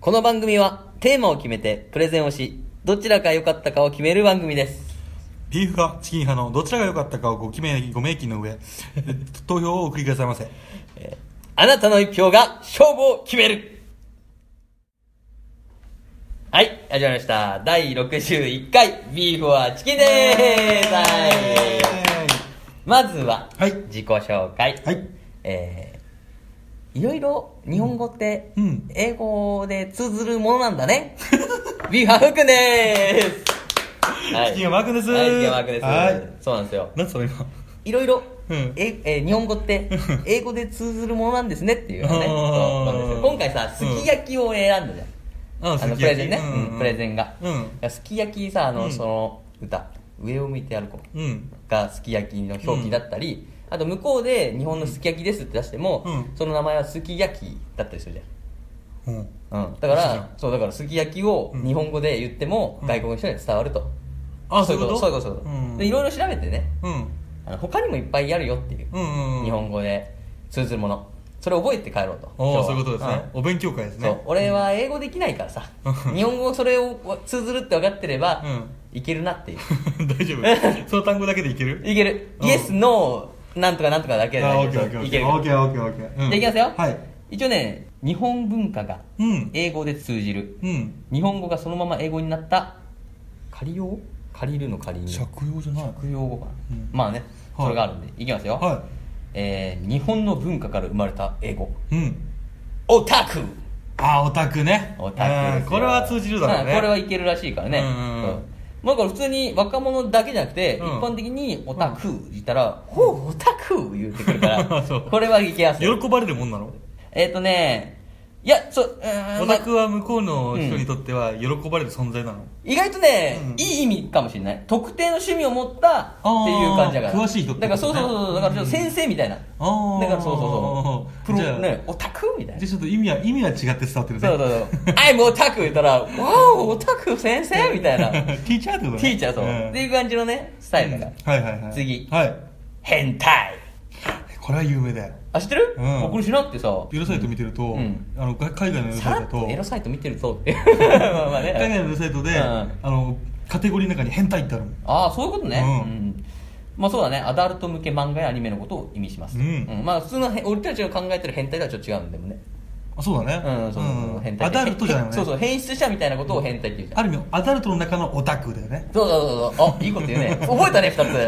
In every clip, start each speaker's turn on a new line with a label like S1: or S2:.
S1: この番組はテーマを決めてプレゼンをし、どちらが良かったかを決める番組です。
S2: ビーフ派、チキン派のどちらが良かったかをご決めご明記の上、 投票をお送りくださいませ。
S1: あなたの一票が勝負を決めるはい、始まりました。第61回、ビーフはチキンでーすはいまずは、
S2: はい
S1: 自己紹介。
S2: はい。
S1: えーいろいろ日本語って
S2: うん
S1: 英語で通ずるものなんだね。ビーフはふくんでーす。
S2: チキンはマークです
S1: はい、チキンはマークです。
S2: はい
S1: そうなんですよ。
S2: なんつったの今。
S1: いろいろ、
S2: うん
S1: ええー日本語って英語で通ずるものなんですねっていうのね
S2: あー
S1: そうなんですよ今回さすき焼きを選んだじゃん、
S2: あ
S1: あの
S2: す
S1: プ
S2: き焼
S1: レ
S2: き
S1: ゼンね、
S2: うんうん
S1: うんプレゼンが、
S2: うん
S1: いやすき焼きさあの、
S2: うん
S1: その歌「上を向いて歩こう
S2: うん。」
S1: がすき焼きの表記だったり、あと向こうで日本のすき焼きですって出しても、
S2: うん
S1: その名前はすき焼きだったりするじゃん
S2: うん。
S1: うん、だから
S2: そうじゃん
S1: そうだからすき焼きを日本語で言っても
S2: うん
S1: 外国の人には伝わると、
S2: あそういうこと
S1: そういうことそういうこと、
S2: うん
S1: でいろいろ調べてね
S2: うん。
S1: あの他にもいっぱいやるよっていう
S2: うんうん。
S1: 日本語で通ずるものそれを覚えて帰ろうと今
S2: おお、
S1: 日は
S2: そういうことですね。お勉強会です
S1: うんそう
S2: ね。
S1: 俺は英語できないからさ日本語それを通ずるって分かってれば
S2: うん
S1: いけるなっていう
S2: 大丈 夫。その単語だけでいける
S1: いける
S2: うん
S1: イエスノーなんとかなんとかだけで
S2: あ、
S1: 大
S2: オッケ
S1: 丈夫
S2: ーオッケーオ
S1: い
S2: ッ
S1: け
S2: ケ
S1: る
S2: ー。
S1: から
S2: オッケーオッケーオッ
S1: じゃあ
S2: ケー。うん
S1: いきますよ
S2: はい。
S1: 一応ね日本文化が
S2: うん。
S1: 英語で通じる
S2: うん。
S1: 日本語がそのまま英語になった借りよう借りるの借りに
S2: 借用じゃない。
S1: 借用語かな
S2: うん
S1: まあね
S2: はい
S1: それがあるんでいきますよ
S2: は
S1: えー日本の文化から生まれた英語
S2: い。うん。
S1: オタク
S2: あ、オタクね。
S1: オタクです
S2: うん
S1: よ
S2: これは通じるだろう
S1: うん
S2: ね。
S1: これはいけるらしいからね
S2: うんうんうん
S1: うんだから普通に若者だけじゃなくて、
S2: うん
S1: 一般的にオタク言ったら「ほうオタク!」言ってくるから
S2: そう
S1: これはいけやすい
S2: 喜ばれるもんなの
S1: えっ、とねいやそううーん
S2: オ
S1: まあ
S2: タクは向こうの人にとっては喜ばれる存在なの、
S1: 意外とね、
S2: うん
S1: いい意味かもしれない特定の趣味を持ったっていう感じだから
S2: あー詳しい人っ
S1: だ
S2: てことね
S1: からそうそうそうそうだからちょっと先生みたいな、
S2: あー
S1: だからそうそうそうプ
S2: じゃ
S1: ロ
S2: あ
S1: ねオタクみたいな
S2: でちょっと意味は意味は違って伝わってるね
S1: そう そうそう「I'm オタク」言ったら「わおオタク先生」みたいな
S2: ティーチャーってことね
S1: ティーチャーそう、
S2: ん
S1: っていう感じのねスタイルだから、
S2: はいはいはい
S1: 次
S2: はい
S1: 変態
S2: これは有名だよ
S1: あ知ってる、
S2: うん
S1: 僕知らなくてさ
S2: エロサイト見てると、
S1: ん
S2: あのが海外のエロサイ
S1: さ
S2: ト
S1: ら
S2: だ
S1: っ
S2: と
S1: とエロサイト見てるとって まあまあね
S2: 海外のエロサイトで、
S1: うん
S2: あのカテゴリーの中に変態ってあるの
S1: ああそういうことね
S2: うん
S1: うんまあそうだねアダルト向け漫画やアニメのことを意味します、
S2: うん
S1: まあ普通のへ俺たちが考えてる変態とはちょっと違うんでもね
S2: あそうだね
S1: うんそうそうそう変態
S2: アダルトじゃないの
S1: へ
S2: ね
S1: そうそう変質者みたいなことを変態って言うじゃん
S2: ある意味アダルトの中のオタクだよね
S1: そうそうそうそうあいいこと言うね 覚えたね2つ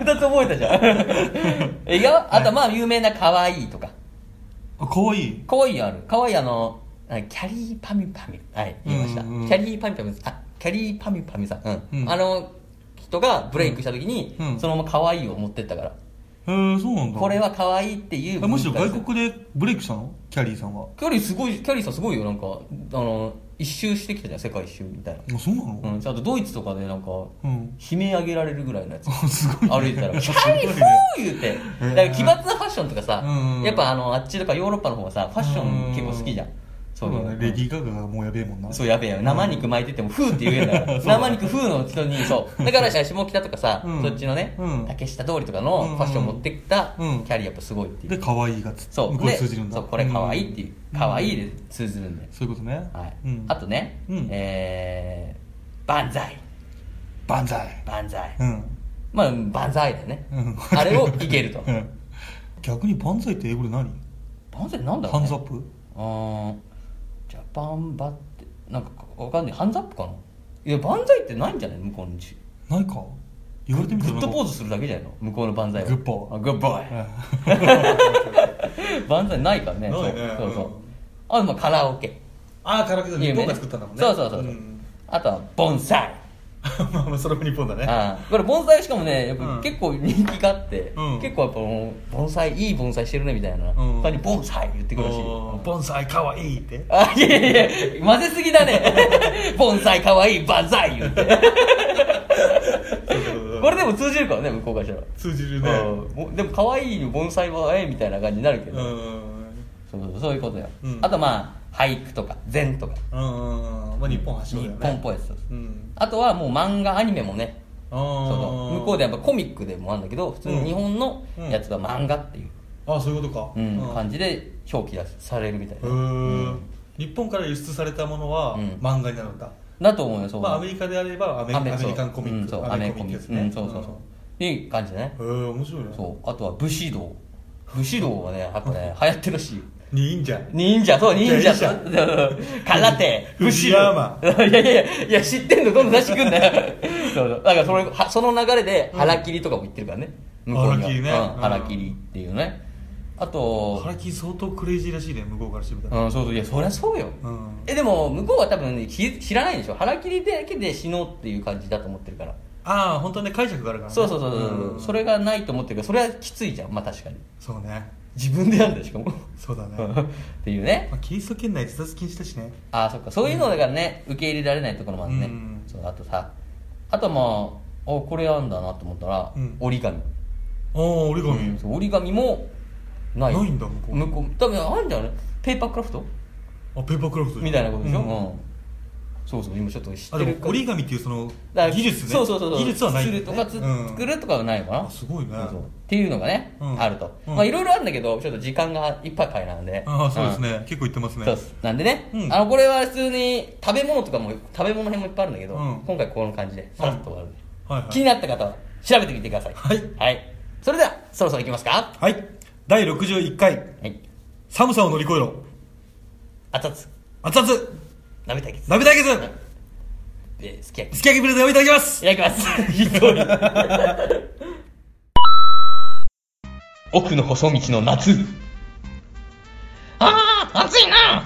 S1: 二つ覚えたじゃん えいやあとまあ有名な可愛いとか
S2: あかわいい
S1: 可愛いある可愛いあのあキャリーパミュパミュはい言いました、
S2: うんうんうん
S1: キャリーパミュパミュあキャリーパミュパミュさん、うん
S2: うん
S1: あの人がブレイクした時に、
S2: うんうん
S1: そのまま可愛いを持ってったから、
S2: へえそうなんだ
S1: これは可愛いっていう
S2: えむしろ外
S1: 文化です
S2: 国でブレイクしたのキャリーさんは
S1: キャリーすごいキャリーさんすごいよなんかあの一周してきたじゃん世界一周みたいな
S2: あそうなの
S1: うんちゃんとドイツとかでなんか
S2: うん
S1: 悲鳴上げられるぐらいのや つ
S2: あすごいね
S1: 歩いてたら「 キ
S2: す
S1: ャ
S2: ごい
S1: リー
S2: ね
S1: フォー!」言うてだから奇抜なファッションとかさ
S2: うん
S1: やっぱあのあっちとかヨーロッパの方はさファッション結構好きじゃん
S2: そうだねレディー・ガガがもうやべえもんな
S1: そうやべえよ生肉巻いてても「フー」って言えんだから 生肉「フー」の人にそうだから下北とかさ、
S2: うん
S1: そっちのね、
S2: うん
S1: 竹下通りとかのファッション持ってきたキ
S2: うん
S1: ャリーやっぱすごいっていう、
S2: で可愛いがつ
S1: そう
S2: 向こうで
S1: で
S2: 通じるんだ
S1: そうこれ可愛いっていう、
S2: ん
S1: 可愛いで通ずるんで、
S2: そういうことね
S1: はい
S2: うん
S1: あとね、
S2: うん
S1: えー、万歳
S2: バンザイ
S1: 万歳
S2: うん
S1: まあ万歳だよね、
S2: うん
S1: あ れをいけると
S2: うん逆にバンザイって英語で何
S1: 万歳なんだろ
S2: ハ
S1: う、
S2: ン
S1: ね、
S2: ズアップ
S1: うーんジャパンバってなんかわかんないハンズアップかないや万歳ってないんじゃない向こうのち
S2: ないか言われてみ
S1: グ
S2: たら
S1: ッドポー
S2: ズ
S1: ズするだけじゃないの向こうの万歳は
S2: グッボー
S1: あグッバイ万歳ないからね
S2: ないね
S1: そうそうそう、
S2: うん
S1: あとまあカラオケ
S2: ああカラオケ
S1: 有名ねそうそうそうそう、あとは盆栽
S2: まあまあそれも日本だ
S1: ああこれ盆栽しかもねやっ
S2: う
S1: ぱ
S2: ん
S1: 結構人気があって、
S2: うん
S1: 結構やっぱもう盆栽いい盆栽してるねみたいな
S2: うん
S1: 感じで盆栽言ってくるらしい
S2: ボンサイ可愛いって
S1: あいやいやいや混ぜすぎだね盆栽かわいい万歳言ってこれでも通じるからね向こうからしたら
S2: 通じる
S1: うんでも可愛い盆栽はええみたいな感じになるけど、
S2: ん
S1: そうそうそういうことよ、
S2: うん
S1: あとまあ俳句とか禅とか
S2: うんまあ日本発祥だ
S1: 日
S2: よね
S1: 本っぽいやつ
S2: うん
S1: あとはもう漫画アニメもね
S2: あ
S1: そ
S2: ー
S1: の向こうでやっぱコミックでもあるんだけど普通に日本の
S2: うん
S1: やつが漫画っていう、
S2: あそういうことか
S1: うん
S2: うん
S1: 感じで表記がされるみたいな、
S2: へー日本から輸出されたものは
S1: うん
S2: 漫画になるんだ、
S1: だと思うよそう
S2: まあ、アメリカであればアメ
S1: アメ
S2: アメリカンコミック、
S1: そううんそう
S2: ア
S1: ア
S2: メ
S1: メ
S2: コ
S1: コ
S2: ミ
S1: ミ
S2: ッ
S1: ッ
S2: ク
S1: クですす
S2: でね、
S1: ね、うん、そうそうそういい感じね
S2: へえ面白いね
S1: そうあとは武士道武士道はねやっぱ ね流行ってるし
S2: 忍者
S1: 忍者そう忍
S2: じゃあ
S1: 者そうそう 空手
S2: 藤
S1: 士道
S2: 山
S1: いやいやいやいや知ってんのどんどん出してくんだよ そうそうだからそのはその流れで腹切りとかも言ってるからね向こうに
S2: 腹切りね
S1: は
S2: う
S1: うんん腹切りっていうねあと
S2: 腹筋相当クレイジーらしいね向こうからしてみたら、
S1: うんそうそういやそりゃそうよ
S2: うん
S1: えでも向こうは多分、ね、知知らないでしょ腹切りだけで死のうっていう感じだと思ってるから
S2: ああ本当にね解釈があるから、ね、
S1: そうそうそうそう、
S2: ん
S1: それがないと思ってるからそれはきついじゃんまあ確かに
S2: そうね
S1: 自分でやるんだよしかも
S2: そうだね、
S1: っ
S2: ま
S1: ていうね
S2: あ、キリスト圏内自殺禁止だしね
S1: ああそっかそういうのだからね、受け入れられないところもあるね、
S2: うん
S1: そうあとさあとまああこれあんだなと思ったら、
S2: うん
S1: 折り紙、
S2: ああ折り紙、
S1: うんそう折り紙もない
S2: ないんだ向こう
S1: 向こう多分あんじゃないペーパークラフト
S2: あペーパークラフト
S1: みたいなことでしょ、
S2: う
S1: うんんそうそう今ちょっと知って
S2: あ
S1: る
S2: でも折り紙っていうその
S1: だから
S2: 技術ね
S1: そうそうそうそう
S2: 技術はないんだ
S1: す
S2: ね
S1: るとかつ、
S2: うん
S1: 作るとかはないのか
S2: あ
S1: な
S2: すごいね
S1: そうそうっていうのがね、
S2: うん
S1: あると、
S2: うん
S1: まあいろいろあるんだけどちょっと時間がいっぱい回なんで
S2: ああそうで
S1: ん
S2: すね、結構言ってますね
S1: そうっすなんでね、
S2: うん
S1: あのこれは普通に食べ物とかも食べ物編もいっぱいあるんだけど、
S2: うん
S1: 今回この感じでさらっと終わる、んで
S2: はいは
S1: 気
S2: い
S1: になった方は調べてみてください
S2: はい、
S1: はい、それではそろそろいきますか
S2: はい、第61回
S1: はい
S2: 寒さを乗り越えろ
S1: 熱々
S2: 熱々
S1: 鍋対決
S2: 鍋対決
S1: で好き焼き
S2: すき焼きプレゼンをいただきます
S1: いただきますひどい 奥の細道の夏
S3: ああ、暑いな。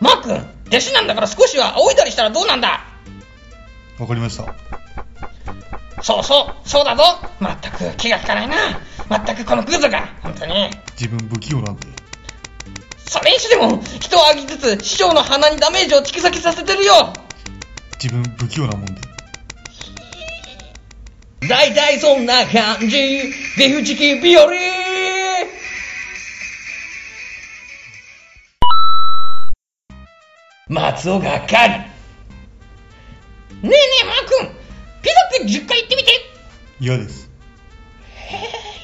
S3: マー君、弟子なんだから少しは仰いだりしたらどうなんだ
S2: わかりました
S3: そうそう、そうだぞ。まったく気が利かないな。まったくこのクズが、本当に。
S2: 自分不器用なんで
S3: それにしても、人をあげつつ、師匠の鼻にダメージを突き裂きさせてるよ。
S2: 自分不器用なもんで
S3: 大体そんな感じ。デフチキ日和松尾がかり。ねえねえ、マー君、ピザって10回行ってみて。
S2: 嫌です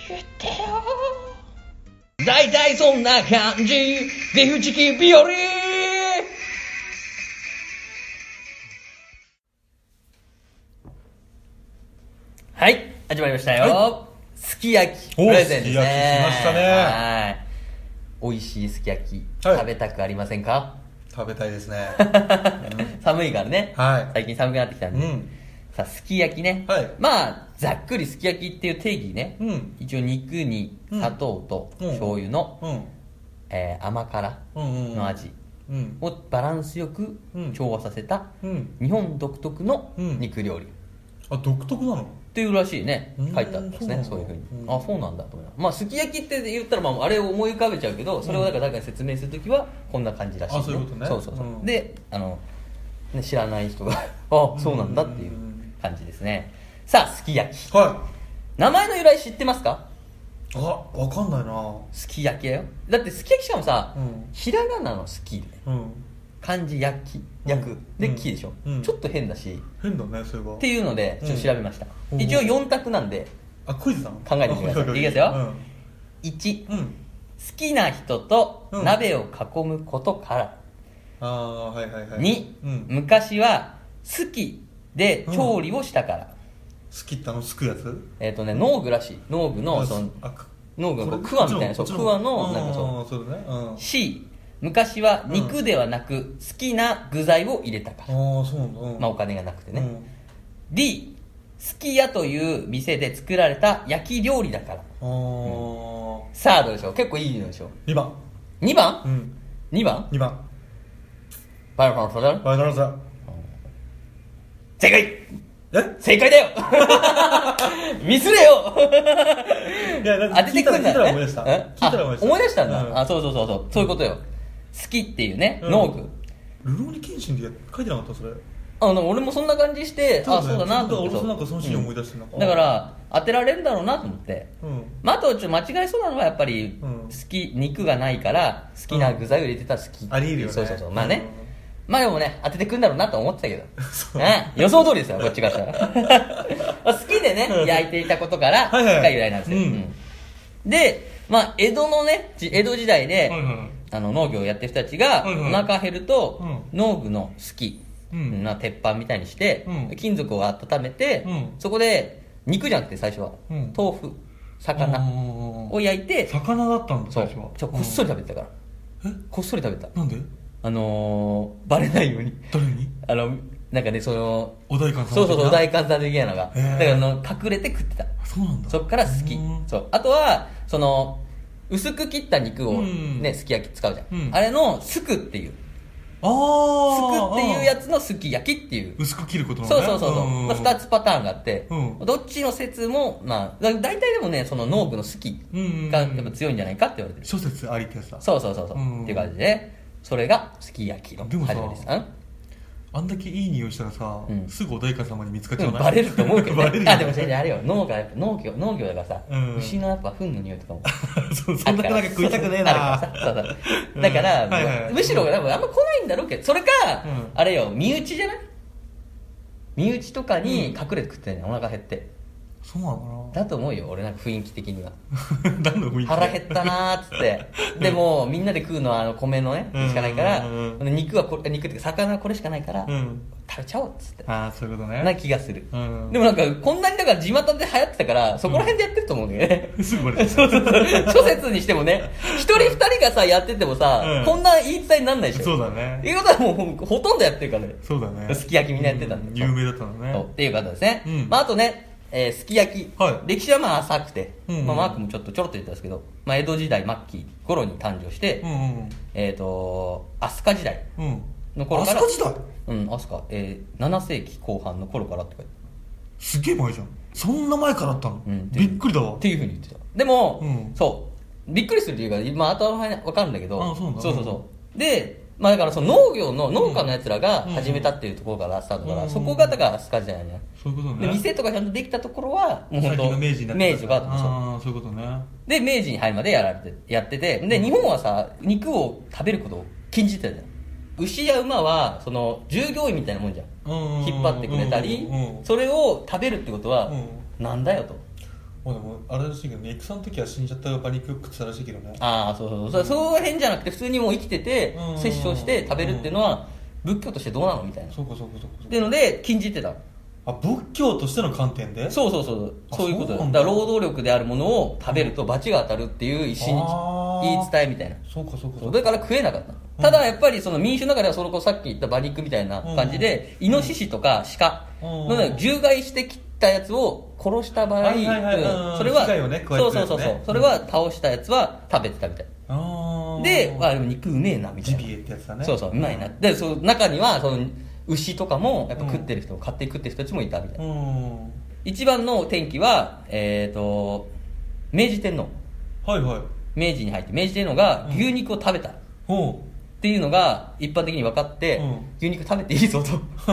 S3: 言ってよ大体そんな感じデフチキ日和
S1: はい始まりましたよ、
S2: は
S1: すき焼きプ
S2: お
S1: レゼンですね
S2: すき焼き来ましたね
S1: はい美味しいすき焼き、
S2: はい
S1: 食べたくありませんか
S2: 食べたいです ね
S1: 寒いからね、
S2: はい
S1: 最近寒くなってきたんで、
S2: うん
S1: さあすき焼きね、
S2: はい
S1: まあざっくりすき焼きっていう定義ね、
S2: うん
S1: 一応肉に
S2: うん
S1: 砂糖と
S2: うん
S1: 醤油の、
S2: うん
S1: えー甘辛
S2: うんうん
S1: の味
S2: うん
S1: をバランスよく
S2: うん
S1: 調和させた
S2: うん
S1: 日本独特の
S2: うん
S1: 肉料理、
S2: あ独特なの
S1: っていうらしいね
S2: う
S1: 書
S2: ん
S1: いてあったんですね
S2: そ
S1: そうう
S2: ないん
S1: うふ
S2: だ
S1: うに
S2: うん
S1: あそうなんだと思いますまあすき焼きって言ったらまああれを思い浮かべちゃうけどそれをだから誰かに説明する時はこんな感じらしい、
S2: あそういうことね
S1: そうそうそう
S2: うん
S1: であの、ね、知らない人が あそうなんだっていう感じですねさあすき焼き
S2: は
S1: 名前の由来知ってますか
S2: いあわかんないな
S1: すき焼きだよだってすき焼きしかもさ、
S2: うん
S1: ひらがなのすき
S2: うん
S1: 漢字焼き焼く、
S2: うん
S1: できでしょ、
S2: うん
S1: ちょっと変だし
S2: 変だねそういえば
S1: っていうのでちょっと調べました、
S2: うん
S1: 一応4択なんで
S2: あクイズなの
S1: 考えてみてください
S2: あオッケーオッケー
S1: いきますよ1
S2: うん、うん、
S1: 好きな人と
S2: うん
S1: 鍋を囲むことから、
S2: ああはいはいはい
S1: 2、
S2: うん、好
S1: 昔は「好き」で調理をしたから、
S2: きってあのすくやつ
S1: えっ、とね農具らしい農具のその
S2: あく
S1: 農具の
S2: これ
S1: クワみたいなそ
S2: こっ
S1: う
S2: ち
S1: クワのなんか
S2: あ
S1: そ
S2: ーそうだねうんあ
S1: う C 昔は肉ではなく好きな具材を入れたから、
S2: あそうなんだ、うん、
S1: まあお金がなくてね、
S2: うん
S1: D すき家という店で作られた焼き料理だから
S2: あー
S1: さあどうでしょう結構いいのでしょう
S2: 2番
S1: 2番
S2: うん
S1: 2番
S2: 2番
S1: バラバラバラバラ
S2: バイナルザ
S1: 正解
S2: え
S1: 正解だよ ミスれよ
S2: いやだ
S1: 当
S2: って
S1: て
S2: 聞
S1: て
S2: い
S1: く
S2: たら
S1: ん
S2: 聞い
S1: だ
S2: たら
S1: よ
S2: 思
S1: ね
S2: い出した
S1: うん
S2: 聞いたら思い出し
S1: あ
S2: た
S1: 思い出したん
S2: うん
S1: だあそうそうそうそうそういうことよ好きっていうね
S2: うん
S1: 農具
S2: ルローニケンシンで書いてなかったそれ
S1: あの俺もそんな感じして
S2: そうだ
S1: あ
S2: ね
S1: そうだなと思って
S2: そうだ俺もなんかそのシーン思い出してなんか
S1: うんだから当てられるんだろうなと思って
S2: うん
S1: まあ、あとちょっと間違いそうなのはやっぱり
S2: うん
S1: 好き肉がないから好きな具材を入れてたら好き
S2: ありえるよね
S1: そうそうそうまあね
S2: うん
S1: まあでもね当ててくんだろうなと思ってたけど
S2: そう
S1: ね予想通りですよこっちがした ら好きでね焼いていたことから
S2: はいはい
S1: が由来なんですよ
S2: うん
S1: うんでまあ江戸のねじ江戸時代で
S2: はいはいはい
S1: あの農業をやってる人たちが
S2: はいは
S1: お
S2: い
S1: 腹減ると
S2: う
S1: 農具のすき
S2: うん
S1: な鉄板みたいにして
S2: うん
S1: 金属を温めて
S2: うん
S1: そこで肉じゃなくて最初は
S2: うん
S1: 豆腐魚を
S2: 魚
S1: 焼いて
S2: 魚だったんだ
S1: そ
S2: 最
S1: う
S2: 初は
S1: ちょこっそり食べてたか
S2: う
S1: ら
S2: んえ
S1: こっそり食べてた
S2: なんで
S1: あのーバレないように
S2: 誰に
S1: あのなんかねその
S2: お代官さん
S1: そうそうそうお
S2: 代
S1: 大観察的なのが
S2: へ
S1: だ
S2: ー
S1: からあの隠れて食ってた
S2: そうなんだ
S1: そっからすき
S2: うん
S1: そうあとはその薄く切った肉を
S2: うん
S1: ねすき焼き使うじゃん、
S2: うん
S1: あれのすくっていう
S2: あ
S1: す
S2: あ
S1: くっていうやつのすき焼きっていう
S2: 薄く切ることのね
S1: そうそうそうそう、
S2: ん
S1: まあ、2つパターンがあって、
S2: うん
S1: どっちの説もまあだ大体でもねその農具の好き
S2: うん
S1: がやっぱ強いんじゃないかって言われてる、
S2: 諸説ありってやつだ
S1: そうそうそうそう、
S2: うん
S1: っていう感じでそれがすき焼きの
S2: でもさ
S1: 始まりですあん
S2: あんだけいい匂いしたらさ、
S1: うん
S2: すぐお代官様に見つかっち
S1: で
S2: ゃ
S1: も
S2: わない
S1: バレると思うけど
S2: バレ
S1: ね
S2: る
S1: あでも先
S2: そ
S1: 生あれよ農家農業農業だからさ、
S2: うん
S1: 牛のやっぱ糞の匂いとかも
S2: う そんななんか食いたくね
S1: あ
S2: え
S1: る
S2: な
S1: からさそうそううんだから、
S2: はいはい
S1: むしろ多分あんま来ないんだろうけどそれか、
S2: うん
S1: あれよ身内じゃない身内とかに隠れて食ってんねお腹減って
S2: そうなのか
S1: だと思うよ俺なんか雰囲気的には
S2: な何の雰囲気
S1: 腹減ったなーっつって でもみんなで食うのはあの米のねしかないから
S2: うんうん
S1: 肉はこれ肉っていうか魚はこれしかないから
S2: うん
S1: 食べちゃおうっつって
S2: ああそういうこと
S1: な
S2: ね
S1: 気がする
S2: うん
S1: でもなんかこんなにだから地元で流行ってたからそこら辺でやってると思うんだよね
S2: すぐバレちゃ
S1: そうそうそう諸説にしてもね一人二人がさやっててもさ
S2: うん
S1: こんな言い伝えになんないでしょ
S2: そうだね
S1: いうことはもうほとんどやってるからね
S2: そうだね
S1: すき焼きみんなやってたんだ
S2: う有名だったのね
S1: そうっていう方ですね、
S2: うん
S1: まあ、あとね、えーすき焼き、
S2: はい
S1: 歴史はまあ浅くて、
S2: うんうん
S1: まあ、マークもちょっとちょろっと言ったんですけど、まあ、江戸時代末期頃に誕生して、
S2: うんうん
S1: えっ、と飛鳥時代
S2: うんうん
S1: の頃から
S2: 飛鳥時代
S1: うん飛鳥、えー7世紀後半の頃からって書いて
S2: すげえ前じゃんそんな前からあったの、
S1: あるうんてい
S2: び
S1: う
S2: っくりだわ
S1: っていうふうに言ってたでも、
S2: うん
S1: そうびっくりする理由が今後は分かるんだけど
S2: あそうなんだ
S1: そうそうそうでまあだからその農業の農家のやつらが
S2: うん
S1: 始めたっていうところからスタートだから、
S2: うん
S1: そこがだから飛鳥時代にな
S2: そういうこと
S1: で
S2: ね
S1: 店とかちゃんとできたところはもう本
S2: 最近
S1: 当
S2: の明治になって
S1: 明治がそう
S2: ああーそういうことね
S1: で明治に入るまでやられてやっててで日本はさ肉を食べることを禁じてたじゃん牛や馬はその従業員みたいなもんじゃん
S2: うん
S1: 引っ張ってくれたり
S2: うんうん
S1: それを食べるってことは
S2: う
S1: なんだよと
S2: まあでもあれらしいけどね戦の時は死んじゃった馬肉食ってたらしいけどね
S1: ああそうそうそうそれそう変じゃなくて普通にもう生きてて
S2: うん
S1: 摂取して食べるっていうのは仏教としてどうなのみたいなっ
S2: そうかそうかそうかそ
S1: て
S2: うか
S1: いうので禁じてた
S2: あ仏教としての観点で
S1: そうそうそう
S2: あ
S1: そういうことだ
S2: そう
S1: だか
S2: なんだ
S1: ら労働力であるものを食べると罰が当たるっていう一心
S2: あー
S1: 言い伝えみたいな
S2: そうかそうか
S1: そ
S2: そうう
S1: だ
S2: か
S1: から食えなかったただやっぱりその民主の中ではその子さっき言った馬肉みたいな感じで、イノシシとか鹿
S2: うん
S1: のね獣害して切ったやつを殺した場合、
S2: はいはいはい
S1: うん
S2: うん
S1: それは、
S2: 被害をね加え
S1: そう
S2: てく
S1: そ
S2: る
S1: うそう
S2: やつね
S1: そう
S2: うん
S1: それは倒したやつは食べてたみたい、
S2: あー
S1: で、まあ、でも肉うめえなみたい
S2: ジ
S1: な
S2: ビエってやつだね
S1: そうそううまいなでその中にはその牛とかもやっぱ食ってる人、買って食ってる人たちもいたみたいな、
S2: うん
S1: 一番の転機はえっ、と明治天皇
S2: はいはい
S1: 明治に入って明治天皇が牛肉を食べた、
S2: おう
S1: っていうのが一般的に分かって、
S2: うん
S1: 牛肉食べていいぞと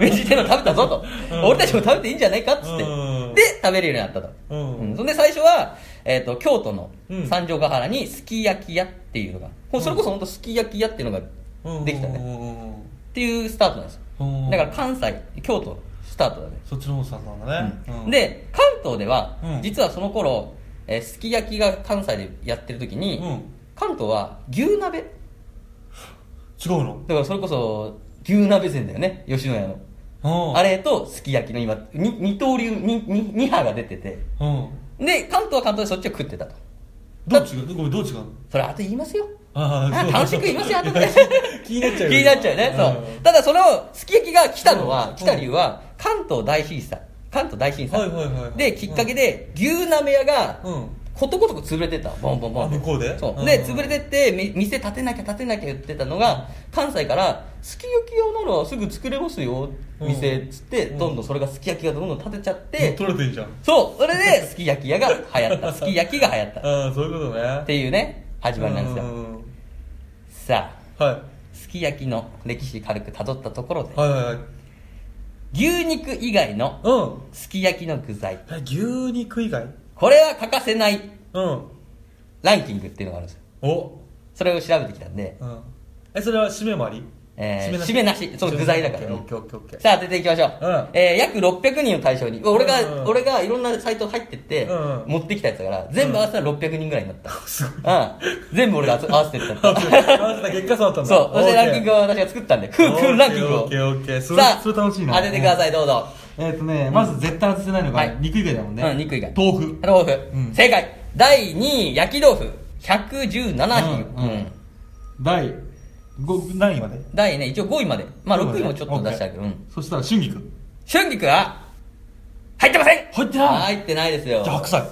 S1: 明治天皇食べたぞと、
S2: うん
S1: 俺たちも食べていいんじゃないかっつって、
S2: うん
S1: で食べれるようになったと、
S2: うん
S1: そんで最初は、えー、と京都の
S2: うん
S1: 三条ヶ原にすき焼き屋っていうのが、もうそれこそ本当すき焼き屋っていうの
S2: うん
S1: ができたね、っ
S2: ね
S1: ていうスタートなんです
S2: うん
S1: よだから関西京都スタートだね
S2: そっちの方さんなんだね、うん
S1: で関東では、
S2: うん
S1: 実はその頃、えーすき焼きが関西でやってる時に、
S2: うん
S1: 関東は牛鍋
S2: 違うの
S1: だからそれこそ牛鍋膳だよね吉野家の
S2: うん
S1: あれとすき焼きの今に二刀流にに二派が出てて
S2: うん
S1: で関東は関東でそっちを食ってたと
S2: どう違うごめんどう違うの
S1: それ後で言いますよ
S2: あー
S1: あ
S2: そう
S1: 楽しく言いますよ後で
S2: 気になっちゃうよ
S1: 気になっちゃうねそ
S2: うん
S1: うただそのすき焼きが来たのは
S2: うん
S1: 来た理由は関東大震災関東大震災
S2: はいはいはいはい
S1: できっかけで牛鍋屋が
S2: うん
S1: ことごとく潰れてったボンボンボン
S2: あ向こうで
S1: そううんで潰れてってみ店建てなきゃ建てなきゃ言ってたのが関西から「すき焼き屋ならすぐ作れますよ
S2: うん
S1: 店」っつって
S2: うん
S1: どんどんそれがすき焼きがどんどん建てちゃっ
S2: 乗って取れてんじゃん
S1: そうそれですき焼き屋が流行った すき焼きが流行ったっ
S2: ああそういうことね
S1: ていうね始まりなんです
S2: う
S1: よ
S2: ん
S1: さあ
S2: は
S1: すき焼きの歴史軽く辿ったところで
S2: いはいはいはい
S1: 牛肉以外の
S2: うん
S1: すき焼きの具材
S2: え牛肉以外
S1: これは欠かせない
S2: うん
S1: ランキングっていうのがあるんですよ
S2: お
S1: それを調べてきたんで
S2: うんえそれは締めもあり
S1: えー、
S4: 締
S1: 締
S4: め
S1: め
S4: な
S1: な
S4: し
S1: しそう具材だから
S4: オッケーオッケーオッケーオッケー
S1: さあ当てていきましょう、
S4: うん
S1: えー約600人を対象に俺が、
S4: うんうん
S1: 俺がいろんなサイト入ってって、
S4: うんうん
S1: 持ってきたやつだから全部合わせたら600人ぐらいになった、
S4: すごい
S1: うん、全部俺が合わせてっ た
S4: 合わせた合わせた結果そうだったんだ
S1: そうそしてランキング
S4: オ
S1: を私が作ったんでクンクン ランキングを
S4: オッケーオッケーオッケーそれ
S1: さあ
S2: それ楽しいな
S1: 当ててくださいどうぞ
S2: えっとね、まず絶対外せないの
S1: は
S2: が
S1: い
S2: 肉以外だもんね。
S1: うん肉以外
S2: 豆腐。
S1: 豆腐、
S2: うん
S1: 正解第2位焼き豆腐117品、
S2: うんうん
S1: うん
S2: 第5、何位まで
S1: 第ね一応5位までまあ6位もちょっと出したけど、
S2: オ
S1: う
S2: ッケー
S1: ん
S2: そしたら春菊。
S1: 春菊は入ってません
S2: 入ってない
S1: 入ってないですよ
S2: じゃあ白菜。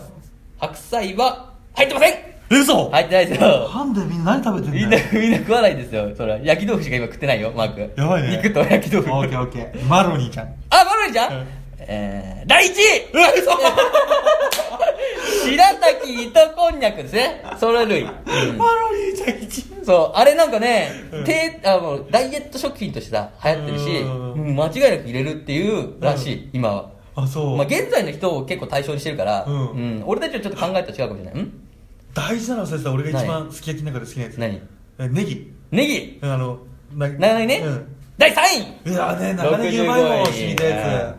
S1: 白菜は入ってません
S2: え、嘘
S1: 入ってないですよ
S2: なんでみんな何食べて
S1: み
S2: ん
S1: んな
S2: だよ。
S1: みんな食わないですよそれは焼き豆腐しか今食ってないよマーク
S2: やばいね。
S1: 肉と焼き豆腐
S2: オッケーオッケー。マロニーちゃん。
S1: あ、マロリちゃん、
S2: うん
S1: えー、第1位うわ、嘘 白滝糸こんにゃくですね。それ類。うん
S2: マロニーちゃん一位。
S1: そう、あれなんかね
S2: うん、
S1: 低、あもうダイエット食品としてさ、流行ってるし、
S2: うん
S1: うん間違いなく入れるっていうらしい、今は。
S2: あ、そう。
S1: まあ、現在の人を結構対象にしてるから、
S2: うん
S1: うん俺たちはちょっと考えたら違うかもしれない。ん
S2: 大事なの忘れてた俺が一番
S1: 何
S2: すき焼きの中で好きなやつ
S1: 何
S2: えネギ
S1: ネギ
S2: うんあのな
S1: 長ネギね、
S2: うん
S1: 第3位
S2: いやーね長ネギうまいもん
S1: 65
S2: 染みたや
S1: ね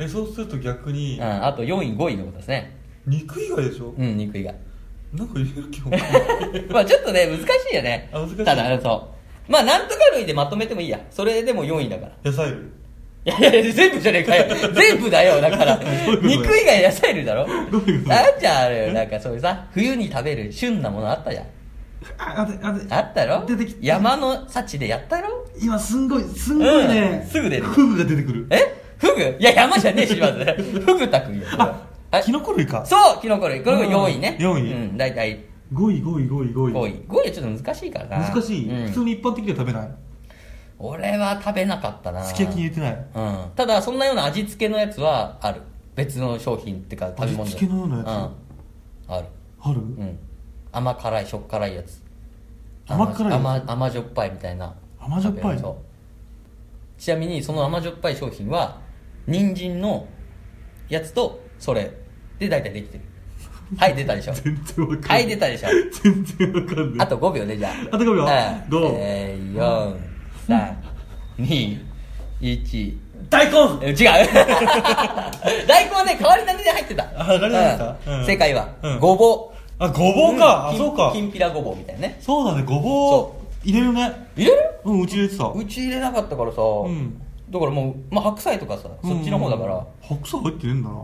S2: つえそうすると逆
S1: う
S2: に
S1: ん、あと4位、5位のことですね。
S2: 肉以外でしょ
S1: うん、肉以外。
S2: なんか言う気も
S1: まあちょっとね、難しいよね。
S2: あ難しい
S1: ただ、そう。まあなんとか類でまとめてもいいや。それでも4位だから。
S2: 野菜類
S1: いやいやいや、全部じゃねえか よ。全部だよ、だから。
S2: ういうこと
S1: 肉以外野菜類だろ。
S2: どういうこと
S1: あんじゃん、あれよ。なんかそういうさ、冬に食べる旬なものあったじゃん。
S2: あ待て待て
S1: あったろ
S2: 出てきた
S1: 山の幸でやったろ
S2: 今すんごいすんごいね
S1: うんすぐ出る
S2: フグが出てくる
S1: えフグいや、山じゃねえし、ま ず。フグたくんよ。
S2: あ
S1: あ
S2: キノコ類か
S1: そう、キノコ類。これが4位ね。
S2: うん4位
S1: うん、大体
S2: 5位5位5位
S1: 5
S2: 5位
S1: 位。5位はちょっと難しいからな。
S2: 難しい、
S1: うん
S2: 普通に一般的には食べない
S1: 俺は食べなかったな。
S2: すき焼きに入れてない
S1: うん、ただそんなような味付けのやつはある別の商品っていうか食べ物で
S2: 味付けのようなやつ
S1: うん、ある、
S2: ある、
S1: うん、甘辛いしょっ辛いやつ
S2: 甘辛い
S1: 甘甘じょっぱいみたいな
S2: 甘じょっぱい
S1: そうちなみにその甘じょっぱい商品は人参のやつとそれで大体でき てるはい出たでしょ
S2: 全然わかんな
S1: はいい出たでしょ
S2: 全然わかんな
S1: あ
S2: い
S1: と5秒でじゃあ。
S2: あと5秒
S1: うん
S2: どう
S1: えー、4、3、2、1。
S4: 大根
S1: え違う大根はね変わり種で入ってた
S2: あ変わり種ですか
S1: うん
S2: うん
S1: 正解は、
S2: うん
S1: ごぼう
S2: あごぼうか、
S1: ん
S2: あそうか
S1: きんきんぴらごぼうみたいなね
S2: そうだねごぼう入れるね
S1: 入れる
S2: うんうち入れてた
S1: うち入れなかったからさ、
S2: ん
S1: だからもう、まあ、白菜とかさそっちの方だから、
S2: うん白菜入ってねえんだな、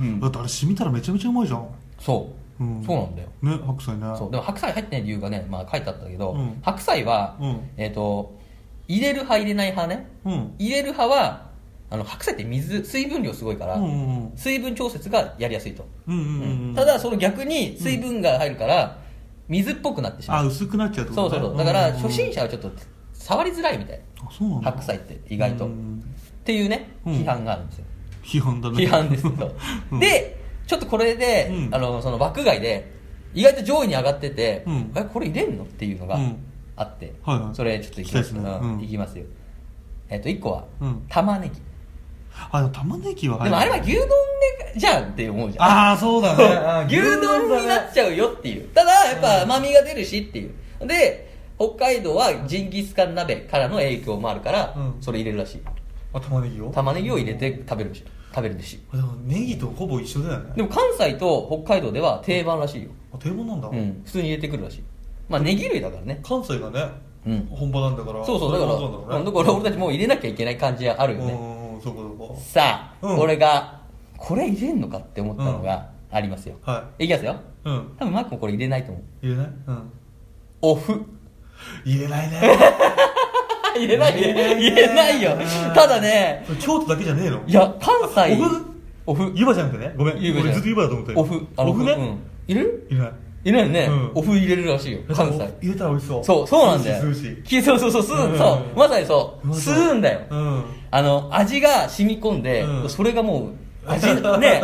S1: うん
S2: だってあれ染みたらめちゃめちゃうまいじゃん、
S1: そう、
S2: うん、
S1: そうなんだよ
S2: ね白菜ね
S1: そうでも白菜入ってない理由がね、まあ、書いてあったけど、
S2: うん
S1: 白菜は、
S2: うん
S1: えっ、と入れる派入れない派ね
S2: うん
S1: 入れる派はあの白菜って水水分量すごいから、
S2: うんうん
S1: 水分調節がやりやすいと
S2: うんうんうんうん
S1: ただその逆に水分が入るから水っぽくなってしま
S2: あ
S1: う、
S2: 薄くなっちゃうって
S1: そ
S2: こ
S1: う
S2: と
S1: そう
S2: ね
S1: そうだから
S2: んんん
S1: 初心者はちょっと触りづらいみたい
S2: あそうなんだ
S1: 白菜って意外と、
S2: う
S1: っ
S2: ん
S1: ていうね
S2: うん
S1: 批判があるんですよ、
S2: 批判だね
S1: 批判ですけ
S2: うん
S1: でちょっとこれで、
S2: うん
S1: あのその枠外で意外と上位に上がってて、
S2: うん
S1: えこれ入れんのっていうのが
S2: うん
S1: あって、
S2: はいはい
S1: それちょっといきます
S2: 聞きたいです
S1: う
S2: ね
S1: ん
S2: うん
S1: いきますよえっ、と1個は、
S2: うん
S1: 玉ねぎ
S2: あでも玉ねぎは
S1: で
S2: 入る
S1: もあれは牛丼でじゃんって思うじゃん
S2: ああそうだねあー
S1: 牛丼にな
S2: だね
S1: っちゃうよっていうただやっぱ甘みが出るしっていうで北海道はジンギスカン鍋からの影響もあるから、
S2: うん
S1: それ入れるらしい
S2: あ玉ねぎを
S1: 玉ねぎを入れて食べるらしい食べるんですし
S2: あでもネギとほぼ一緒だよね
S1: でも関西と北海道では定番らしいよ、
S2: あ定番なんだ、
S1: うん、普通に入れてくるらしいまあネギ類だからね
S2: 関西がね、
S1: うん
S2: 本場なんだから
S1: そうそうだから
S2: れが本場
S1: う
S2: な
S1: んんだ
S2: だろ
S1: から
S2: うね
S1: 俺たちもう入れなきゃいけない感じがあるよね
S2: うんうんそこそこ
S1: さあ、
S2: うん
S1: 俺がこれ入れんのかって思ったのがありますよ、
S2: うんはい
S1: きますよ
S2: うん
S1: 多分マックもこれ入れないと思う
S2: 入れないうん
S1: おふ
S2: 入れないね
S1: 入れないね
S2: 入
S1: 言
S2: れ
S1: え
S2: な
S1: ない
S2: ね
S1: いよただね
S2: 京都だけじゃねえの
S1: いや関西
S2: あ
S1: オフ
S2: 湯葉じゃなくてねごめん
S1: 湯葉じゃない
S2: 俺ずっと湯葉だと思ったよ
S1: オフ
S2: オフね、
S1: うん入れる
S2: 入れない
S1: 入れるね
S2: うん
S1: オフ入れるらしいよ関
S2: な
S1: 西
S2: んか入れたら美味しそう
S1: そうそうなんだよ
S2: 涼しい
S1: きそうそうそう吸
S2: う
S1: うんそうまさにそうう
S2: まそう
S1: 吸うんだよ
S2: うん
S1: あの味が染み込んで
S2: うん
S1: それがもう 味ね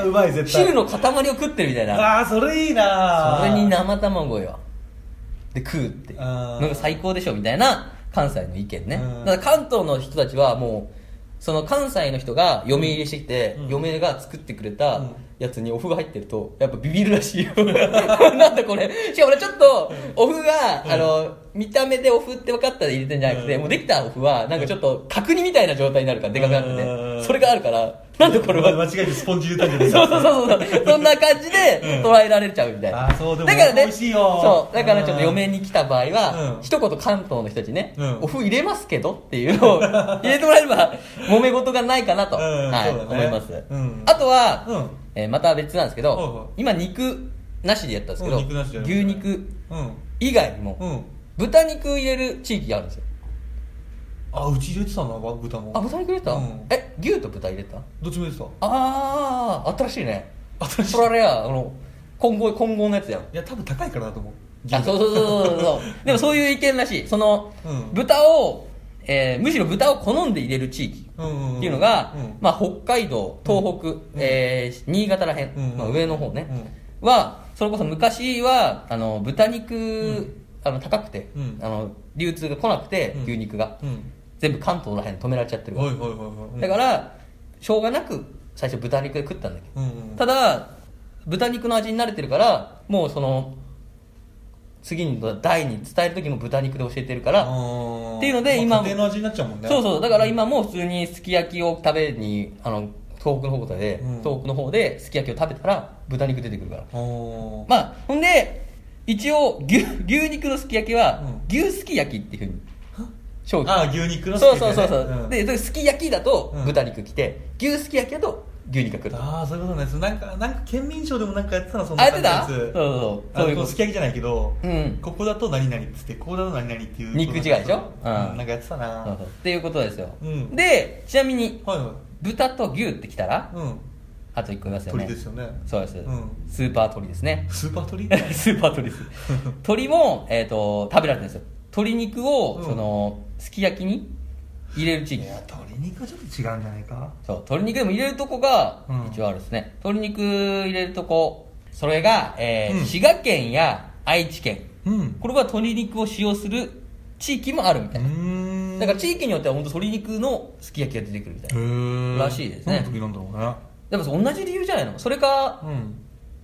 S2: うまい絶対
S1: 汁の塊を食ってるみたいな
S2: ああそれいいな
S1: それに生卵よで食うっていう
S2: あー
S1: のが最高でしょみたいな関西の意見ね
S2: うん
S1: だから関東の人たちはもうその関西の人が嫁入りしてきて、
S2: うん
S1: 嫁が作ってくれた
S2: うん
S1: やつにお麩が入ってる とやっぱビビるらしいよなんだこれしかも俺ちょっとお麩が、あの見た目でお麩って分かったら入れてんじゃなくて、
S4: うん
S1: もうできたお麩はなんかちょっと角煮みたいな状態になるからでかくなって
S4: う
S1: て
S4: ん
S1: それがあるからなんでこれ
S4: は間
S1: は
S4: 違えてスポンジ入 れたんじゃないです
S1: そう
S4: か
S1: そうそう そうそんな感じで捉えられちゃうみたいな、
S4: あーそうでも
S1: だからね
S4: 美味しいよ
S1: そうだからちょ
S4: う
S1: っと
S4: ん
S1: 嫁に来た場合は、
S4: うん
S1: 一言関東の人たちね、
S4: うん
S1: お麩入れますけどっていう のを入れてもらえれば揉め事がないかなと、
S4: うん
S1: はい
S4: そうだね
S1: 思います、
S4: うん
S1: あとは、
S4: うん
S1: えーまた別なんですけ
S4: はいはい
S1: ど今肉なしでやったんですけど、
S2: うん肉なしでやりま
S1: 牛
S2: したね
S1: 肉
S4: うん
S1: 以外にも、
S4: うん
S1: 豚肉入れる地域があるんですよ
S4: あうち入れてたな豚も
S1: あ豚肉入れた、
S4: うん
S1: え牛と豚入れた
S4: どっちも入れてた
S1: ああ新しいね
S4: 新しい
S1: それあれやあの混合混合のやつやん
S4: いや多分高いからだと思う
S1: あそうそうそうそうそうでもそういう意見らしいその、
S4: うん
S1: 豚を、えーむしろ豚を好んで入れる地域
S4: うんんん
S1: っていうのが、
S4: うん
S1: まあ、北海道東北、えー新潟らへん、
S4: うんうん
S1: まあ、上の方ね、はそれこそ昔はあの豚肉、あの高くて、
S4: うん
S1: あの流通が来なくて、
S4: うん
S1: 牛肉が、
S4: うん
S1: 全部関東らへん止められちゃってるから、
S4: はいはいはいはいうん
S1: だからしょうがなく最初豚肉で食ったんだけど、
S4: うんうん
S1: ただ豚肉の味に慣れてるからもうその次に第に伝える時も豚肉で教えてるから、
S4: っ
S1: っていうので今も
S4: 家庭の味になっちゃうもんね
S1: そうそうだから今も普通にすき焼きを食べにあの東北の方で、
S4: うん
S1: 東北の方ですき焼きを食べたら豚肉出てくるから
S4: おー
S1: まあほんで一応牛牛肉のすき焼きは、
S4: うん
S1: 牛すき焼きっていうふうに商品
S4: あー牛肉の
S1: そうそうそうそう、
S4: で
S1: でですき焼きだと
S4: うん
S1: 豚肉来て、牛すき焼きだと牛肉が来る
S4: ああそういうことねそうなんかなんか県民賞でもなんかやってたなそんな
S1: あやって
S4: 感じの
S1: た
S4: や
S1: そう
S4: つ
S1: そう
S4: あ
S1: そうそう
S4: の
S1: い
S4: こう
S1: うこと
S4: すき焼きじゃないけど、
S1: うん
S4: ここだと何々っつってここだと何々っていう
S1: 肉違いでしょ
S4: う
S1: うんん
S4: なんかやってたな
S1: そうそうっていうことですよ、
S4: うん
S1: でちなみに
S4: はいは
S1: 豚と牛ってきたら
S4: いうん
S1: あと1個いますよね
S4: 鳥ですよね
S1: そうです、
S4: ん
S1: スーパー鳥ですね
S4: スーパー 鳥
S1: スーパー鳥 です鳥も、えー、と食べられてるんですよ鶏肉を、
S4: うん
S1: そのすき焼きに入れる地
S4: い
S1: 域
S4: や鶏肉はちょっと違うんじゃないか
S1: そう鶏肉でも入れるとこが
S4: うん
S1: 一応あるんですね、鶏肉入れるとこそれが、えー
S4: うん
S1: 滋賀県や愛知県
S4: うんう
S1: これは鶏肉を使用する地域もあるみたいな、
S4: ーん
S1: だから地域によっては本当鶏肉のすき焼きが出てくるみたいな、
S2: へえ
S1: らしいですね
S2: 何の時なんだろうね
S1: でも同じ理由じゃないのそれか
S4: うん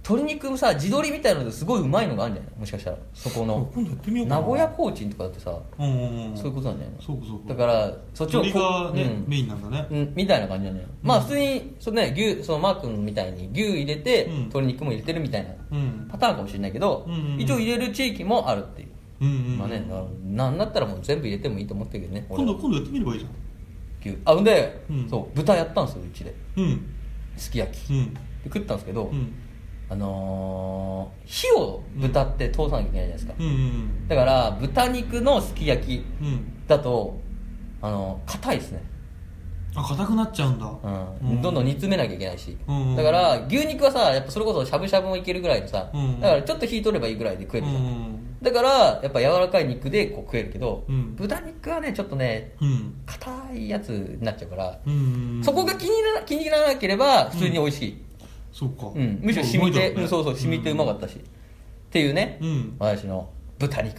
S1: 鶏肉もさ地鶏みたいなのですごいうまいのがあるんじゃないもしかしたらそこの
S2: 今度やってみようか
S1: 名
S2: な
S1: 古屋コーチンとかだってさ
S2: うんうんうん
S1: そういうことなんじゃないの
S2: そうかそうか
S1: だからそっちをこう
S2: 鳥がね、
S1: うん
S2: メインなんだね
S1: うん、みたいな感じなんだよ、まあ普通にそのね牛そのマー君みたいに牛入れて、
S2: うん
S1: 鶏肉も入れてるみたいな
S2: うん
S1: パターンかもしれないけど、
S2: うんうんうん
S1: 一応入れる地域もあるっていう、
S2: うんうん
S1: まあねななんだったらもう全部入れてもいいと思ってるけどね
S2: 今
S1: 俺
S2: 度
S1: は
S2: 今度やってみればいいじ
S1: 牛あほんで、
S2: うん
S1: そう豚やったんですようちで
S2: ゃんうん
S1: すき焼き、
S2: う
S1: で
S2: ん
S1: 食ったんですけど、
S2: うん
S1: あのー火を豚って通さなきゃいけないじゃないですか、
S2: うんうん
S1: だから豚肉のすき焼き
S2: うん
S1: だとあの硬いですね
S2: あ硬くなっちゃうんだ
S1: うんどんどん煮詰めなきゃいけないし、
S2: うん
S1: だから牛肉はさやっぱそれこそしゃぶしゃぶもいけるぐらいのさ、
S2: うん
S1: だからちょっと火取ればいいぐらいで食えるじゃん、
S2: うん
S1: だからやっぱ柔らかい肉でこう食えるけど、
S2: うん
S1: 豚肉はねちょっとね
S2: うん
S1: 硬いやつになっちゃうから、
S2: うん
S1: そこが気にな気にならなければ普通に美味しい、
S2: そうか
S1: うんむしろ染みて、
S2: うまいだろね
S1: うんそうそう染みてうまかったし、っていうね、
S2: うん
S1: 私の豚肉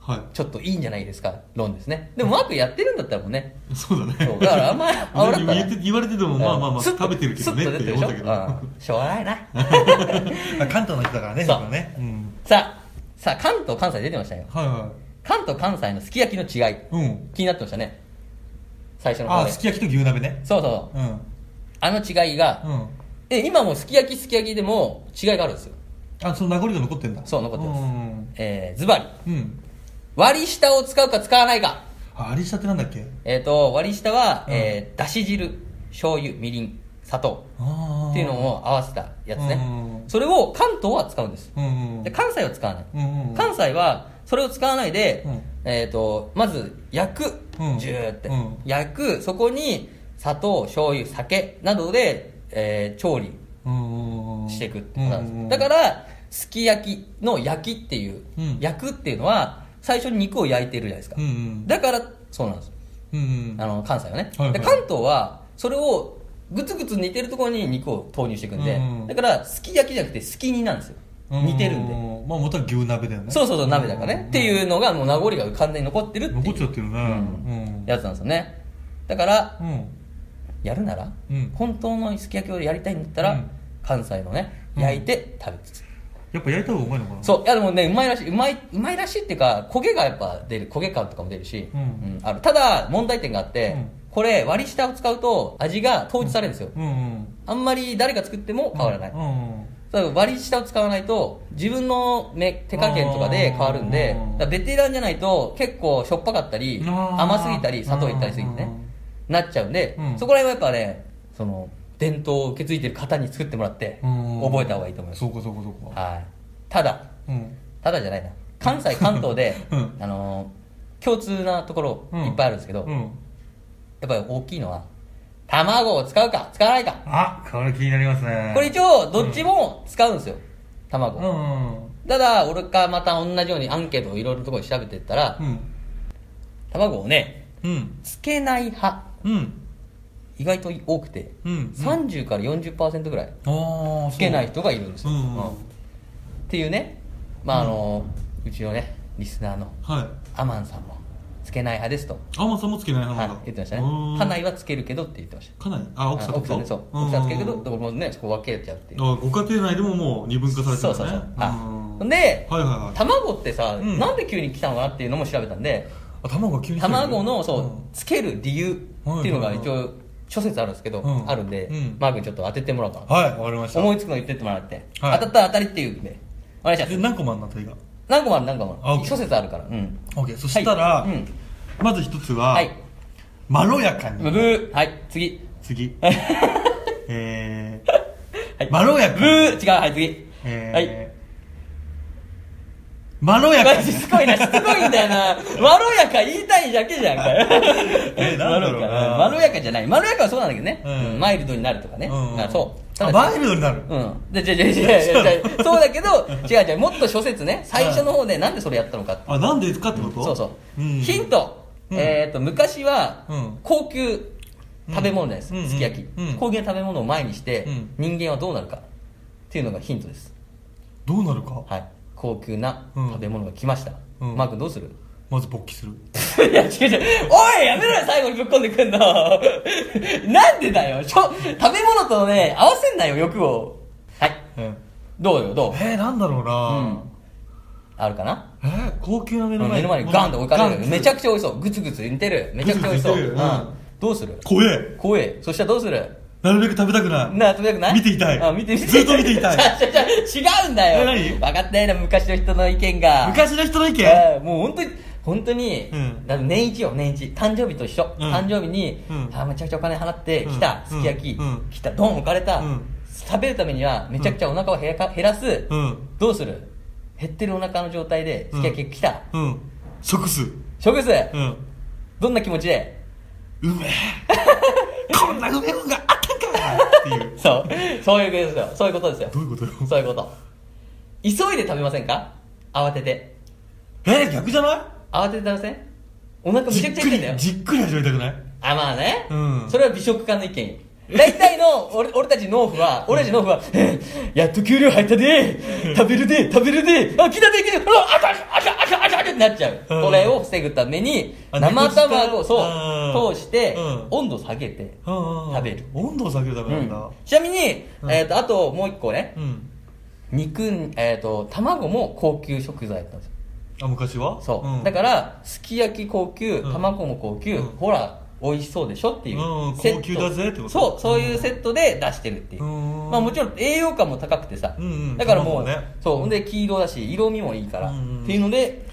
S2: は
S1: ちょっといいんじゃないですか論ですねでもマークやってるんだったらもうね
S2: いそうだね
S1: そうだからあんまり煽ら
S2: 俺
S1: れた
S2: にも
S1: ら
S2: 言って言われててもまあまあまあ
S1: スッと
S2: 食べてるけどね
S1: スッ
S2: っ
S1: と出
S2: て
S1: るでし
S2: 思っ
S1: ょ
S2: たけど
S1: うんしょうがない な
S4: あ 関東の人だからね
S1: そう
S4: 僕はねうん
S1: さあさあ関東関西出てましたよ
S2: はいは
S1: 関東関西のすき焼きの違い
S2: いうん
S1: 気になってましたね最初の
S4: あ
S1: 方
S4: ー
S1: です
S4: き焼きと牛鍋ね
S1: そうそう
S4: うん
S1: あの違いが、
S4: うん
S1: え今もうすき焼きすき焼きでも違いがあるんですよ
S4: あその名残が残ってんだ
S1: そう残ってます
S4: うん
S1: えー、ズバリ
S4: うん
S1: 割り下を使うか使わないか
S4: あありしたってなんだっけ
S1: えっ、と割り下は、
S4: うん
S1: えーだし汁醤油みりん砂糖
S4: ああ
S1: っていうのを合わせたやつね
S4: うん
S1: それを関東は使うんです
S4: うんうん
S1: で関西は使わない、
S4: うんうん
S1: 関西はそれを使わないで、
S4: うん
S1: えー、とまず焼く、
S4: うん
S1: ジューって、
S4: うん
S1: 焼くそこに砂糖醤油酒などで、えー調理
S4: うん
S1: していくってことなんです、
S4: うんうんうん
S1: だからすき焼きの焼きっていう、
S4: うん
S1: 焼くっていうのは最初に肉を焼いてるじゃないですか、
S4: うんうん
S1: だからそうなんです
S4: うんうん
S1: あの関西はね、
S4: はいはい
S1: で関東はそれをグツグツ煮てるところに肉を投入していくんで、
S4: うんうん
S1: だからすき焼きじゃなくてすき煮なんですよ煮てるんで、
S4: うまあ元は牛鍋だよね
S1: そうそうそう鍋だからね、っていうのがもう名残が完全に残ってるって
S2: 残っ
S1: い
S2: ちゃ
S1: う
S2: ってるね
S4: うん
S1: やつなんですよねだから
S4: うん
S1: やるなら、
S4: うん
S1: 本当のすき焼きをやりたいんだったら、
S4: うん
S1: 関西のね
S4: うん
S1: 焼いて食べつつ、
S2: やっぱ焼いた方がうまいのかなう
S1: そういやでもねうまいらしいうまいうまいらしいっていうか焦げがやっぱ出る焦げ感とかも出るし、
S2: うん
S1: あるただ問題点があって、
S2: うん
S1: これ割り下を使うと味が統一されるんですよ、
S2: うんうん
S1: あんまり誰が作っても変わらない、
S2: うんうん
S1: だから割り下を使わないと自分の目手加減とかで変わるんで
S2: あー
S1: だからベテランじゃないと結構しょっぱかったり
S2: あー
S1: 甘すぎたり砂糖いったりすぎてねなっちゃうんで、
S2: うん
S1: そこら辺はやっぱねその伝統を受け継いでる方に作ってもらって
S2: うん
S1: 覚えた方がいいと思います、
S2: そうかそうかそうか
S1: はい、ただ
S2: うん
S1: ただじゃないな関西関東で、
S2: うん
S1: あのー共通なところ
S2: うん
S1: いっぱいあるんですけど、
S2: う
S1: やっ
S2: ん
S1: ぱり大きいのは卵を使うか使わないか
S2: あこれ気になりますね
S1: これ一応どっちも使うんですよ、卵、
S2: うんうん
S1: ただ俺がまた同じようにアンケートをいろいろところに調べてったら、
S2: うん
S1: 卵をね
S2: うん
S1: つけない派
S2: うん
S1: 意外と多くて、
S2: うん
S1: 30から40%ぐらい
S2: ああ
S1: つけない人がいるんです
S2: う
S1: よ、
S2: んうん
S1: うんっていうねまああのうちのねリスナーの
S2: はい
S1: アマンさんもつけない派ですと、
S2: 甘さもつけない派な
S1: は
S2: んだ
S1: い、言ってましたね
S2: うん
S1: 家内はつけるけどって言ってました
S2: 家内あ奥さん
S1: あ奥さんね
S2: と
S1: そう奥さんつけるけど
S2: うん
S1: でももうねそこ分けちゃうっていう
S2: あご家庭内でももう二分化されてる
S1: そう
S2: ね
S1: そうそうあ
S2: うん
S1: で
S2: はいはいはい
S1: 卵ってさ、
S2: うん
S1: なんで急に来たのかなっていうのも調べたんで
S2: あ卵が急に来てる
S1: 卵のそう、
S2: ん
S1: つける理由っていうのが一
S2: はい
S1: 応諸説あるんですけど、
S2: うん
S1: あるんで、
S2: うん
S1: マー君ちょっと当ててもらおうかな、
S2: はいわかりました
S1: 思いつくの言ってってもらって、
S2: はい
S1: 当たったら当たりっていうんでお願いしま
S2: です何個もあんな手が
S1: 何個もある何個もあ
S2: あ
S1: る
S2: OK
S1: 諸説あるからうん
S2: オッケーそしたら、
S1: はいうん
S2: まず一つは、
S1: はい
S2: まろやか
S1: ブ
S2: に
S1: ブーはい 次
S2: 次え
S1: はい
S2: まろやか
S1: ブー違うはい次
S2: ー、えー
S1: はい
S2: まろやかに
S1: しつこいなしつこいんだよなまろやか言いたいだけじゃんかよ
S2: えなんだろうな
S1: まろやかまろやかじゃないまろやかはそうなんだけどね、
S2: うん
S1: うんマイルドになるとかね、
S2: うん
S1: あそう
S2: あマイルドになる、
S1: うん。で、違う違う違う違う。そうだけど、違う違う。もっと諸説ね、最初の方でなんでそれやったのかって。
S2: あなんでですかってこと、
S1: そうそう。
S2: ん、
S1: ヒント。
S2: うん
S1: えっと、昔は
S2: うん、
S1: 高級食べ物じゃないです
S2: う
S1: か。
S2: ん
S1: すき焼き
S2: うん。
S1: 高級な食べ物を前にして
S2: うん、
S1: 人間はどうなるか。っていうのがヒントです。
S2: どうなるか
S1: はい。高級な
S2: うん
S1: 食べ物が来ました。
S2: うん
S1: マー君どうする
S2: まず勃起する
S1: いや、違う違う。おいやめろよ、最後にぶっこんでくんの。 なんでだよ。ちょ食べ物とね、合わせんなよ、欲を。はい。
S2: え
S1: どうよ、どう
S2: ー、えー、なんだろうな、
S1: うんあるかな
S2: えー、高級な目の前
S1: 目の前にガンと置かれるめちゃ
S2: ち
S1: くちゃ美味しそうグツグツ似てるめちゃくちゃ美味しそう
S2: グツグツ煮
S1: う
S2: てるうん
S1: んどうする
S2: ゃ怖え
S1: 怖えそしたらどうする
S2: なるべく食べたくない
S1: なあ食べたくない
S2: 見ていたい
S1: あ見て見て
S2: ずっと見てい たい
S1: 違う違う違うんだよ
S2: え何
S1: 分かったよな昔の人の意見が
S2: 昔の人の意見
S1: ああもう本当に本当に、
S2: うん
S1: だって年一よ年一誕生日と一緒、
S2: うん
S1: 誕生日に、
S2: うん
S1: あめちゃくちゃお金払って
S2: うん
S1: 来た、すき焼き、
S2: うん
S1: 来たドン置かれた、
S2: うん
S1: 食べるためにはめちゃくちゃお腹を減らか減らす、
S2: うん
S1: どうする減ってるお腹の状態で
S2: う
S1: す
S2: ん
S1: き焼き来た、
S2: うん食す
S1: 食す、
S2: うん
S1: どんな気持ちで
S2: うめえ こんなうめえもんがあったんかっていう
S1: そうそういうことですよそういうことですよ
S2: どういうことよ
S1: そういうこと急いで食べませんか慌てて
S2: えー、逆じゃない
S1: 慌てて食べませんお腹めち
S2: じ
S1: ゃ
S2: っ
S1: くちゃ
S2: く
S1: 痛いんだよ
S2: りじっくり味わいたくない
S1: あまあね、
S2: うん
S1: それは美食家の意見大体の 俺俺たち農夫は俺たち農夫は、 えーやっと給料入ったで食べるで食べるであ来たで来たであかあかあかあかあかってなっちゃう、
S2: うん
S1: これを防ぐために
S2: あ
S1: 生卵を
S2: 猫舌あ
S1: そ
S2: ー
S1: う通して、
S2: うん
S1: 温度下げて食べる、
S2: 温度を下げるため
S1: う
S2: なん
S1: ん
S2: だ
S1: ちなみに、
S2: うん
S1: えー、とあともう一個ね
S2: うん、
S1: 肉、えー、と卵も高級食材だったんですよ
S2: あ昔は
S1: そう、
S2: ん
S1: だからすき焼き高級
S2: うん
S1: 卵も高級、
S2: うん
S1: ほら美味しそうでしょっていう
S2: うん
S1: セット
S2: 高級だぜってこと
S1: そうそういうセットで出してるっていう、
S2: うん
S1: まあ、もちろん栄養価も高くてさ、
S2: うんうん
S1: だからもう、
S2: 卵ね
S1: そうほんで黄色だし色味もいいから、
S2: うんうん
S1: っていうので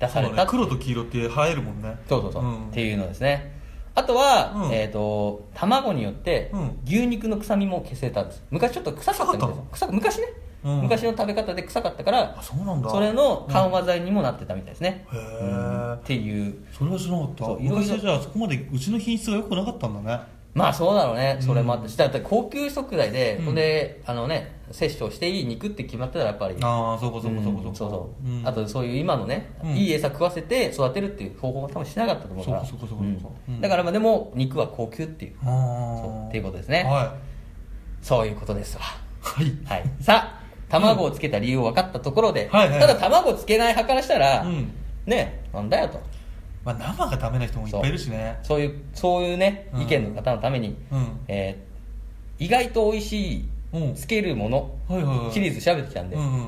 S1: 出
S2: そ
S1: さ
S2: う
S1: れ
S2: だ
S1: た
S2: ね
S1: っていう
S2: 黒と黄色って映えるもんね
S1: そうそうそう、
S2: ん
S1: っていうのですねあとは、
S2: うん
S1: えっ、と卵によって
S2: うん
S1: 牛肉の臭みも消せたんです昔ちょっと臭かったみたいです臭く昔ね、
S2: うん
S1: 昔の食べ方で臭かったから
S2: あそうなんだ
S1: それの緩和剤にもなってたみたいですね、
S2: へ
S1: うん
S2: え
S1: っていう
S2: それは知らなかった
S1: そういろいろ
S2: 昔はじゃあそこまでうちの品質が良くなかったんだね
S1: まあそうだろうね
S2: うん
S1: それもあってしたら高級食材で、
S2: うん
S1: ほんであのね摂取をしていい肉って決まってたらやっぱり
S2: ああそうかそうかそうか
S1: うんそうそう、
S2: うん
S1: あとそういう今のね、
S2: うん
S1: いい餌食わせて育てるっていう方法は多分しなかったと思うから
S2: そうかそうかそうかそうか
S1: うん
S2: うん
S1: だからまあでも肉は高級っていう
S2: あー
S1: そうっていうことですね
S2: は
S1: そういうことですわ
S2: いはい
S1: はいさあ卵をつけた理由を分かったところで、
S2: はいはいは
S1: た
S2: い
S1: だ卵をつけない派からしたら、
S2: うん
S1: ねなんだよと
S2: まあ生がダメな人もいっぱいいるしね
S1: そういうそういうね
S2: うん
S1: 意見の方のために、
S2: うん
S1: えー意外と美味しい
S2: うん
S1: つけるもの、
S2: はいはいはい
S1: シリーズ調べてきたんで、
S2: うんうん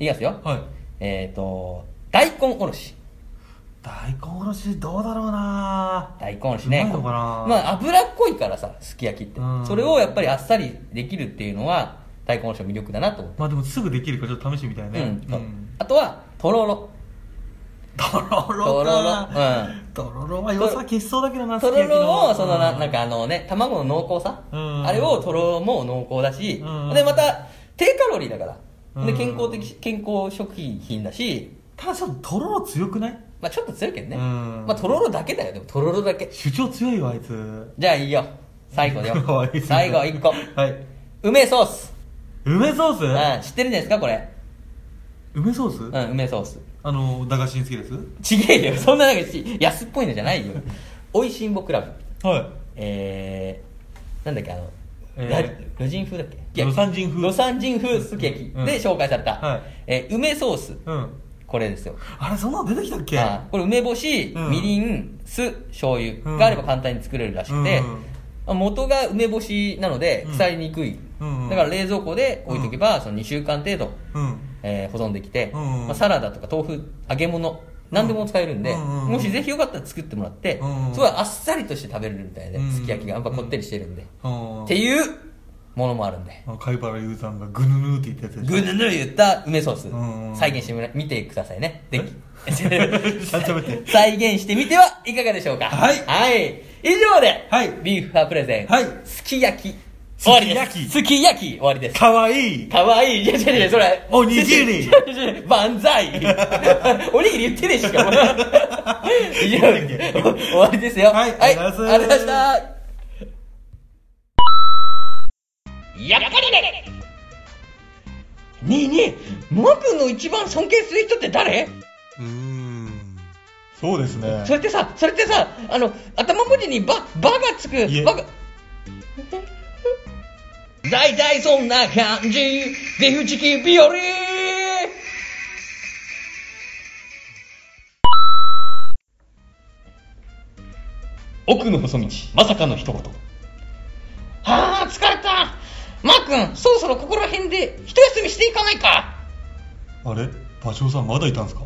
S1: いきますよ。
S2: はい
S1: えっ、と、大根おろし。
S2: 大根おろしどうだろうな
S1: 大根おろしね
S2: うまいのかな
S1: まあ脂っこいからさすき焼きって
S2: うん
S1: それをやっぱりあっさりできるっていうのは大根おろしの魅力だなと思っ
S2: まあでもすぐできるからちょっと試してみたい
S1: て、
S2: ね
S1: うんあとはとろろ
S2: とろ
S1: とろろ
S2: ろか
S1: うん
S2: とろろは良さ消しそうだけどな
S1: と
S2: すき
S1: ろ
S2: 焼き
S1: ろをそのな
S2: う
S1: なんかあのね卵の濃厚さ
S2: うん
S1: あれをとろろも濃厚だし
S2: うん
S1: でまた低カロリーだからで
S2: うん
S1: 健康的健康食品だした
S2: だちょっととろろ強くない
S1: まあちょっと強いけどね
S2: うん
S1: まあとろろだけだよでもとろろだけ
S2: 主張強いよあいつ
S1: じゃあいいよ最後よ
S2: 可愛い
S1: 最後一個
S2: はい
S1: 梅ソース
S2: 梅ソー
S1: うん知ってるんじゃないですかこれ
S2: ス梅ソース
S1: うん梅ソース
S2: あの駄菓子に好きです
S1: ちげえよそんななんかし安っぽいのじゃないよおいしんぼクラブ
S2: は
S1: えー、なんだっけあの、
S2: えー
S1: ラ魯人風だっけ
S2: 魯山人風
S1: 魯山人風すき焼き
S2: うん
S1: で紹介された、
S2: はい
S1: えー梅ソース
S2: うん
S1: これですよ
S2: あれそんなの出てきたっけ
S1: あーこれ梅干し、
S2: うん
S1: みりん酢醤油があれば簡単に作れるらしくて
S2: うん、
S1: まあ元が梅干しなので
S2: うん
S1: 腐りにくい、
S2: うん
S1: だから冷蔵庫で置いとけば、その2週間程度
S2: うん
S1: えー保存できて、
S2: うんうん
S1: まあ、サラダとか豆腐揚げ物何でも使えるんで、
S2: うんうんうん
S1: もしぜひよかったら作ってもらって、
S2: うんうん
S1: すごいあっさりとして食べれるみたいで、
S2: うんうん
S1: すき焼きがやっぱこってりしてるんで、
S2: あ
S1: っていうものもあるんで
S2: あ貝原雄さんがグヌヌーって言ったやつでしょ
S1: ぐぬぬ言った梅ソース、
S2: んうん
S1: 再現してみら見てくださいねでき
S2: ちょっと待って
S1: 再現してみてはいかがでしょうか
S2: はい
S1: はい以上で、
S2: はい
S1: ビーフハープレゼン、
S2: はい
S1: すき焼き終わりですすき焼き終わりです
S2: かわいい
S1: かわいい。いや、違う違う、そ れ。
S2: おにぎり
S1: 違う違う違う万 歳。おにぎり言ってねえしかも。以上終わりですよ。
S2: はい
S1: ありが
S2: ありが
S1: と
S2: と
S1: う
S2: う
S1: ござい
S2: ござい
S1: ま
S2: ま
S1: し
S2: した
S1: た。
S3: やっぱりねねえねえ、マー君の一番尊敬する人って誰
S2: うーんそうですね
S3: それってさ、それってさ、あの、頭文字にば、ばがつく
S2: いえ、
S3: ばが。大体そんな感じ、ビーフチキン日和
S1: 奥の細道、まさかの一言。
S3: ああ、疲れた。マー君、そろそろここら辺で一休みしていかないか。
S2: あれ場所さんまだいたんですか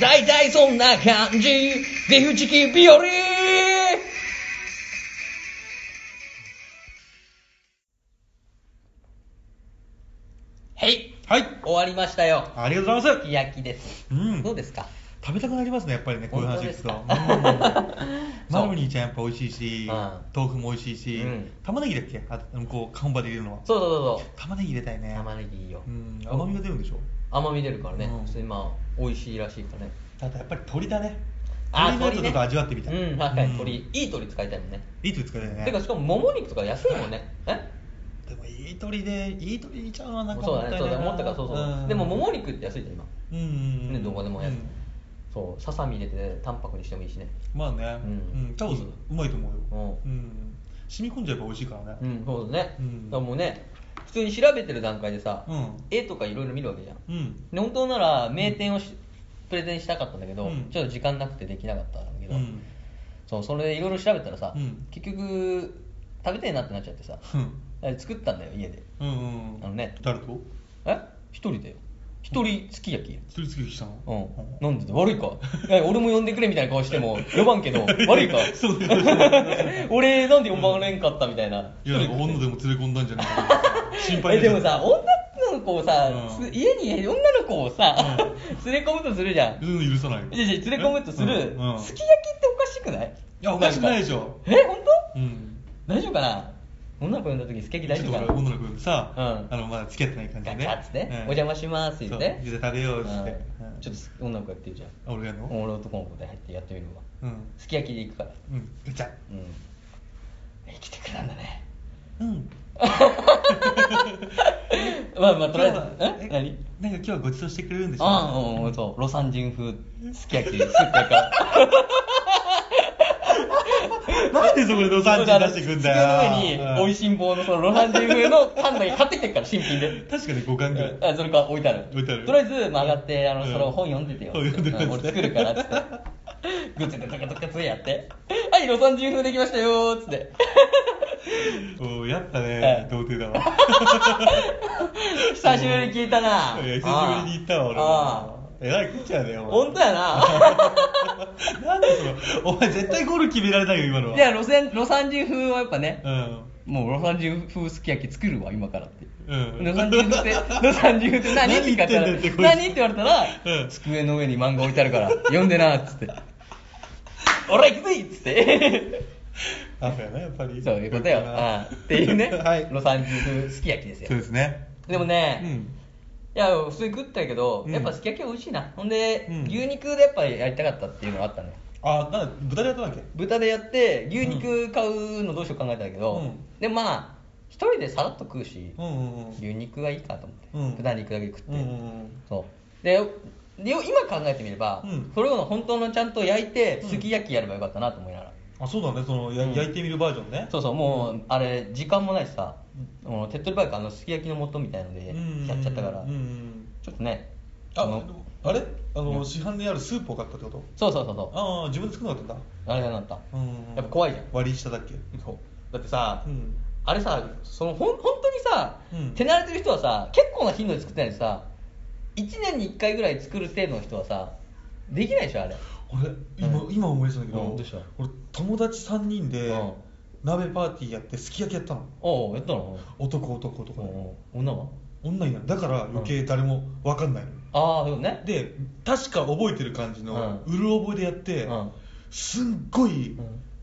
S3: 大体そんな感じ、ビーフチキン日和
S1: はい。
S2: はい
S1: 終わりましたよ。
S2: ありがとうございます
S1: すき焼きです。
S2: うん
S1: どうですか
S2: 食べたくなりますねやっぱりねこういう話聞くと
S1: 本
S2: うん
S1: 当ですか そう
S2: マロニーちゃんやっぱ美味しいし
S1: うん
S2: 豆腐も美味しいし
S1: うん
S2: 玉ねぎだっけあ向こう看板で入れるのは
S1: そうそうそうそう。
S2: 玉ねぎ入れたいね
S1: 玉ねぎいいよ
S2: う。ん甘みが出るんでしょ
S1: 甘み出るからね
S2: うん。
S1: 普通にまあ、美味しいらしいからね。
S2: あとやっぱり鶏だね
S1: あー
S2: 鶏のやつをちょっと味わってみたい
S1: うん、確かに
S2: う
S1: 鶏。
S2: ん
S1: いい鶏使いたいもんね。
S2: いい鶏使いたいね
S1: てか、しかも、もも肉とか安いもんね。え
S2: でもいい鶏でいい鶏にちゃうのはなんか
S1: そう
S2: もっ
S1: だ
S2: たい
S1: ね
S2: ない
S1: そうだ
S2: な
S1: ね思ったからそうそう、
S2: ん
S1: でももも肉って安いじゃん今
S2: うんうん
S1: ねどこでも安い、
S2: うん
S1: そうささみ入れて、ね、淡白にしてもいいしね
S2: まあね
S1: うん
S2: うん多分うまいと思うよ
S1: う
S2: うん染み込んじゃえば美味しいから
S1: う
S2: ね
S1: んそうだね、
S2: うん
S1: だからもうね普通に調べてる段階でさ、
S2: うん
S1: 絵とかいろいろ見るわけじゃん
S2: うん
S1: で本当なら名店をし、プレゼンしたかったんだけど、
S2: うん
S1: ちょっと時間なくてできなかったんだけど、
S2: うん
S1: そうそれでいろいろ調べたらさ、
S2: うん
S1: 結局食べてえなってなっちゃって さ
S2: うん
S1: あれ作ったんだよ家で
S2: うんうんうん
S1: あのね
S2: 誰と
S1: え一人だよ一人すき焼き
S2: 一人つきしたの
S1: うん、なんでだ悪いかいや俺も呼んでくれみたいな顔しても呼ばんけど悪いか
S2: そうそうそうそう
S1: 俺なんで呼ばれんかったみたいな、
S2: いやなんか女でも連れ込んだんじゃないか な心配
S1: えでもさ
S2: お
S1: 女の子をさ、
S2: うん
S1: つ家に女の子をさ、 連れ込むとするじゃん
S2: うん許さないよ
S1: いやいや連れ込むとする、
S2: うんうん
S1: すき焼きっておかしくない
S2: いやおかしくないでしょ
S1: なんかえ本
S2: うん
S1: 当大丈夫かな女の子呼んだ時すき焼き大
S2: ちょ
S1: 丈
S2: っ
S1: 夫
S2: と
S1: か
S2: 俺
S1: な
S2: 女の子にさ、
S1: うん
S2: あのまだ付き合ってない感じでね
S1: ガチャッつって、
S2: うん
S1: お邪魔しますって言って
S2: そうじゃあ食べようっつって
S1: う
S2: うんん
S1: ちょっと女の子やってるじゃん
S2: あ俺やんの
S1: 俺男の子で入ってやってみるわ
S2: うん
S1: すき焼きで行くから
S2: うんガチャ
S1: うん生きてくれたんだね
S2: うん
S1: まあまあとりあえず
S2: 今日は
S1: え何
S2: なんか今日はごちそうしてくれるんでしょ
S1: ああうんうんそう魯山人風すき焼き作ったから
S2: なんでそこ でロサンチ出してくんだよ
S1: 机の上におい
S2: い
S1: しん坊のその魯山人風のパンだけ買ってきてる から新品で
S2: 確かに五巻ぐらい
S1: あそれか置いてある
S2: 置いてある
S1: とりあえず、まあ、上がってあの
S2: うん
S1: それを本読んでてよ
S2: 本読んでます
S1: うん俺作るからっつって グツグツグツグツやって「はい魯山人風できましたよ」っつって
S2: おやった
S1: え
S2: ね
S1: え
S2: 童貞だわ
S1: 久しぶりに聞いたない
S2: や久しぶりに行ったわ俺
S1: ああ
S2: もえらいこっちゃねお前
S1: 本当や な
S2: なんでそのお前絶対ゴール決められないよ今のはい
S1: や路線魯山人風はやっぱね
S2: うん
S1: もう魯山人風すき焼き作るわ今からって
S2: うん
S1: 魯山 人風って魯山人風って何って
S2: 何
S1: 言わ
S2: 言ってんだよ
S1: れ
S2: って
S1: た
S2: こいつ
S1: ら何って言われたら
S2: うん
S1: 机の上に漫画置いてあるから読んでなっ つって「俺行くぜ!」っつって
S2: あそうやなやっぱり
S1: そういうことよああっていうね
S2: はい
S1: 魯山人風すき焼きです
S2: そう
S1: よ
S2: ですね
S1: でも
S2: う
S1: ね、
S2: ん
S1: いや普通に食ったけど、
S2: うん
S1: やっぱすき焼きは美味しいなほんで、
S2: うん
S1: 牛肉でやっぱやりたかったっていうのがあったね
S2: あなんだ豚でやったんだっけ
S1: 豚でやって牛肉買うのどうしようか考えたんだけど、
S2: うん
S1: でもまあ一人でさらっと食うし、
S2: うんうんうん
S1: 牛肉はいいかと思って、
S2: うん
S1: 豚肉だけ食って、
S2: うんうんうん
S1: そうでよ今考えてみれば、
S2: うん
S1: それを本当のちゃんと焼いて
S2: うん
S1: すき焼きやればよかったなと思いながら、
S2: あそうだねそのや
S1: うん
S2: 焼いてみるバージョンね
S1: そうそうもう、あれ時間もないしさ、もう手っ取り早くあのすき焼きの素みたいので
S2: うん
S1: やっちゃったから、
S2: うんうん
S1: ちょっとね
S2: あ
S1: その
S2: あれあの、
S1: うん
S2: 市販であるスープを買ったってこと
S1: そうそうそうそう
S2: ああ自分で作らなかったんだ
S1: あれがなった、
S2: うんうん
S1: やっぱ怖いじゃん
S2: 割り下だっけ
S1: そうだってさ、
S2: うん
S1: あれさそのほん本当にさ、
S2: うん
S1: 手慣れてる人はさ結構な頻度で作ってないのにさ1年に1回ぐらい作る程度の人はさできないでしょあれ
S2: 俺今,、今思い出したんだけど、
S1: うんどうした
S2: 俺友達3人で
S1: うん
S2: 鍋パーティーやってすき焼きやったの
S1: おうやったの
S2: 男男男で、
S1: おう女は
S2: 女になるだから余計誰も分かんないの、
S1: ああそうね
S2: で確か覚えてる感じの、
S1: う
S2: うる覚えでやって、
S1: うん
S2: すんごい、
S1: ん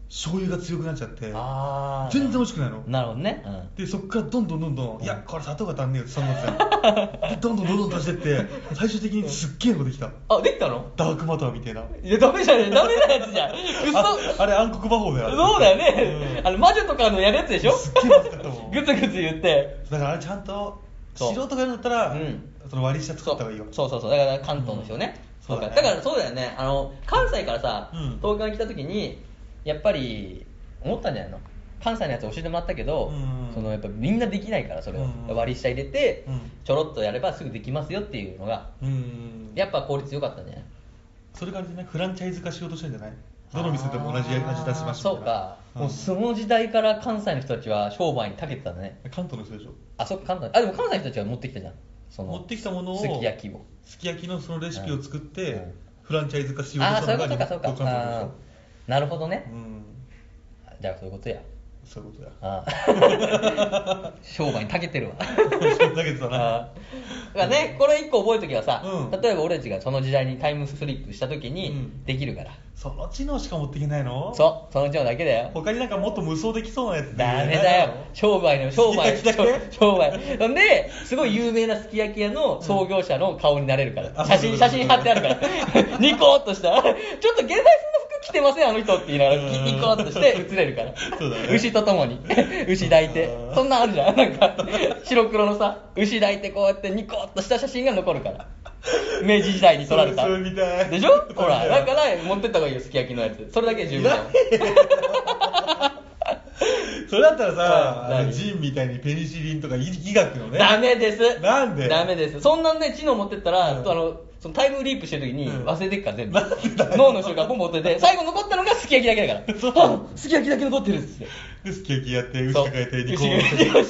S2: 醤油が強くなっちゃって
S1: ああ
S2: 全然美味しくないの
S1: なるほどね、うん
S2: でそっからどんどんどんどん、
S1: うん
S2: いやこれ砂糖が足んねえよって3月 でどんどんどんどん足してって最終的にすっげえのができた
S1: あできたの
S2: ダークマターみたいない
S1: やダメじゃねダメなやつじゃんくっ
S2: あ
S1: そ
S2: あれ暗黒魔法だよあれ
S1: そうだよね、
S2: うん
S1: あの魔女とかのやるやつでしょ
S2: すっげえまずかった もん
S1: グツグツ言って
S2: だからあれちゃんと
S1: そ
S2: 素
S1: う
S2: 人がやるんだったら、
S1: うん
S2: その割り下作
S1: そ
S2: っ
S1: う
S2: た方がいいよ
S1: そうそうそうだから関東の人ね、
S2: うん
S1: そうか
S2: そうだ
S1: だ
S2: ね
S1: からそうだよねあの関西からさ、
S2: うん
S1: 東京に来た時にやっぱり思ったんじゃないの関西のやつ教えてもらったけど、
S2: うん
S1: そのやっぱみんなできないからそれを、
S2: うん
S1: 割り下入れて、
S2: うん
S1: ちょろっとやればすぐできますよっていうのが
S2: うん
S1: やっぱ効率良かったんじゃない
S2: それからねフランチャイズ化しようとしてんじゃないどの店でも同じ味出しましょ
S1: そうか、もうそ
S2: ん、
S1: の時代から関西の人たちは商売に長けてたんだね
S2: 関東の人でしょ
S1: あそっか関西あでも関西の人たちは持ってきたじゃんその
S2: 持ってきたものを
S1: すき焼きを
S2: すき焼きのそのレシピを作って、
S1: うん
S2: フランチャイズ化しよう
S1: ああ
S2: とし
S1: そうい
S2: た
S1: う
S2: の
S1: こ
S2: が
S1: とかそう
S2: 日
S1: か
S2: 本関東
S1: あーなるほど
S2: でしょ
S1: ね、
S2: うん
S1: じゃあそういうことや
S2: そういうことや
S1: あ ー商売に長けてるわ
S2: そうだけどさ
S1: あーだ
S2: な
S1: からねこれ一個覚えときはさ、
S2: うん
S1: 例えば俺たちがその時代にタイムスリップした時
S2: う
S1: に
S2: ん
S1: できるから、
S2: その知能しか持っていけないの
S1: そうそのうちのだけだよ
S2: 他になんかもっと無双できそうなやつ
S1: ダメだよ商売の商売
S2: すき焼きだけ
S1: 商売ほんですごい有名なすき焼き屋の創業者の顔になれるか
S2: あ
S1: ら写
S2: そ
S1: 真
S2: うそ
S1: 写
S2: うそう
S1: 真貼ってあるから ニコッとしたちょっと現代風の服着てませんあの人って言いながら
S2: うん
S1: ニコッとして写れるから
S2: そうだね
S1: 牛とと もに牛抱いて
S2: うん
S1: そんなんあるじゃんなんか白黒のさ牛抱いてこうやってニコッとした写真が残るから明治時代に撮られた
S2: それそれ見たい
S1: でしょほ
S2: そ
S1: ら
S2: れだ
S1: だから持ってった方がいいよすき焼きのやつそれだけで十分だよ
S2: それだったらさ、
S1: うん
S2: あのジンみたいにペニシリンとか医医学のね
S1: ダメです
S2: なんで
S1: ダメですそんなね知能持ってったら、
S2: うん
S1: とあのそのタイムリープしてる時に
S2: うん
S1: 忘れてっから全部、
S2: なんでだよ
S1: 脳の人がポンポンってて最後残ったのがすき焼きだけだから
S2: そう
S1: あすき焼きだけ残ってるっつって
S2: ですケーキやって牛
S1: そう
S2: 抱えてニコ
S1: 牛抱
S2: ーン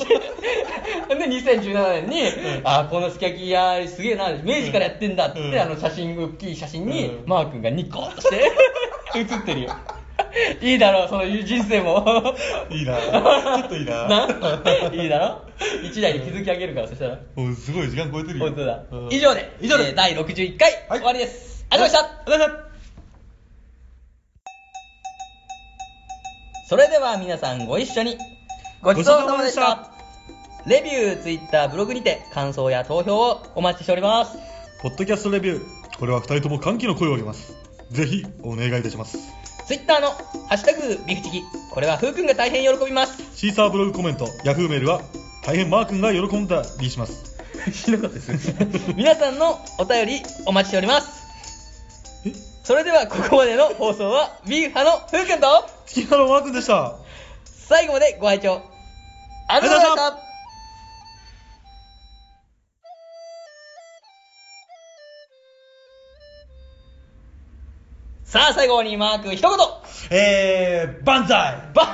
S1: えてで2017年に、あこのすき焼き屋すげえな明治からやってんだっつって、
S2: うん
S1: あの写真大きい写真に、
S2: うん
S1: マー君がニコッとして写ってるよいいだろうその人生も
S2: いいなちょっといいな
S1: ないいだろ一台に築き上げるからそしたら
S2: もうすごい時間超えてるよ
S1: 本当だ、
S2: うん
S1: 以上で
S2: 以上
S1: え
S2: で
S1: ー第61回、
S2: はい
S1: 終わりですありがとうございました
S2: ありがとうございました
S1: それでは皆さんご一緒にごちそうさまでしたレビューツイッターブログにて感想や投票をお待ちしております
S2: ポッドキャストレビューこれは二人とも歓喜の声を上げますぜひお願いいたします
S1: ツイッターの「ハッシュタグビフチキ」これはふうくんが大変喜びます
S2: シーサーブログコメントヤフーメールは大変マー君が喜んだりし ます
S1: ひどかったですね皆さんのお便りお待ちしておりますそれではここまでの放送はビーフ派のふうくんと
S2: 月原マー君でした
S1: 最後までご愛聴ありがとうございましたさあ、最後にマーク、一言
S2: えー、万歳
S1: 万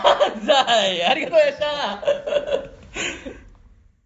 S1: 歳ありがとうございました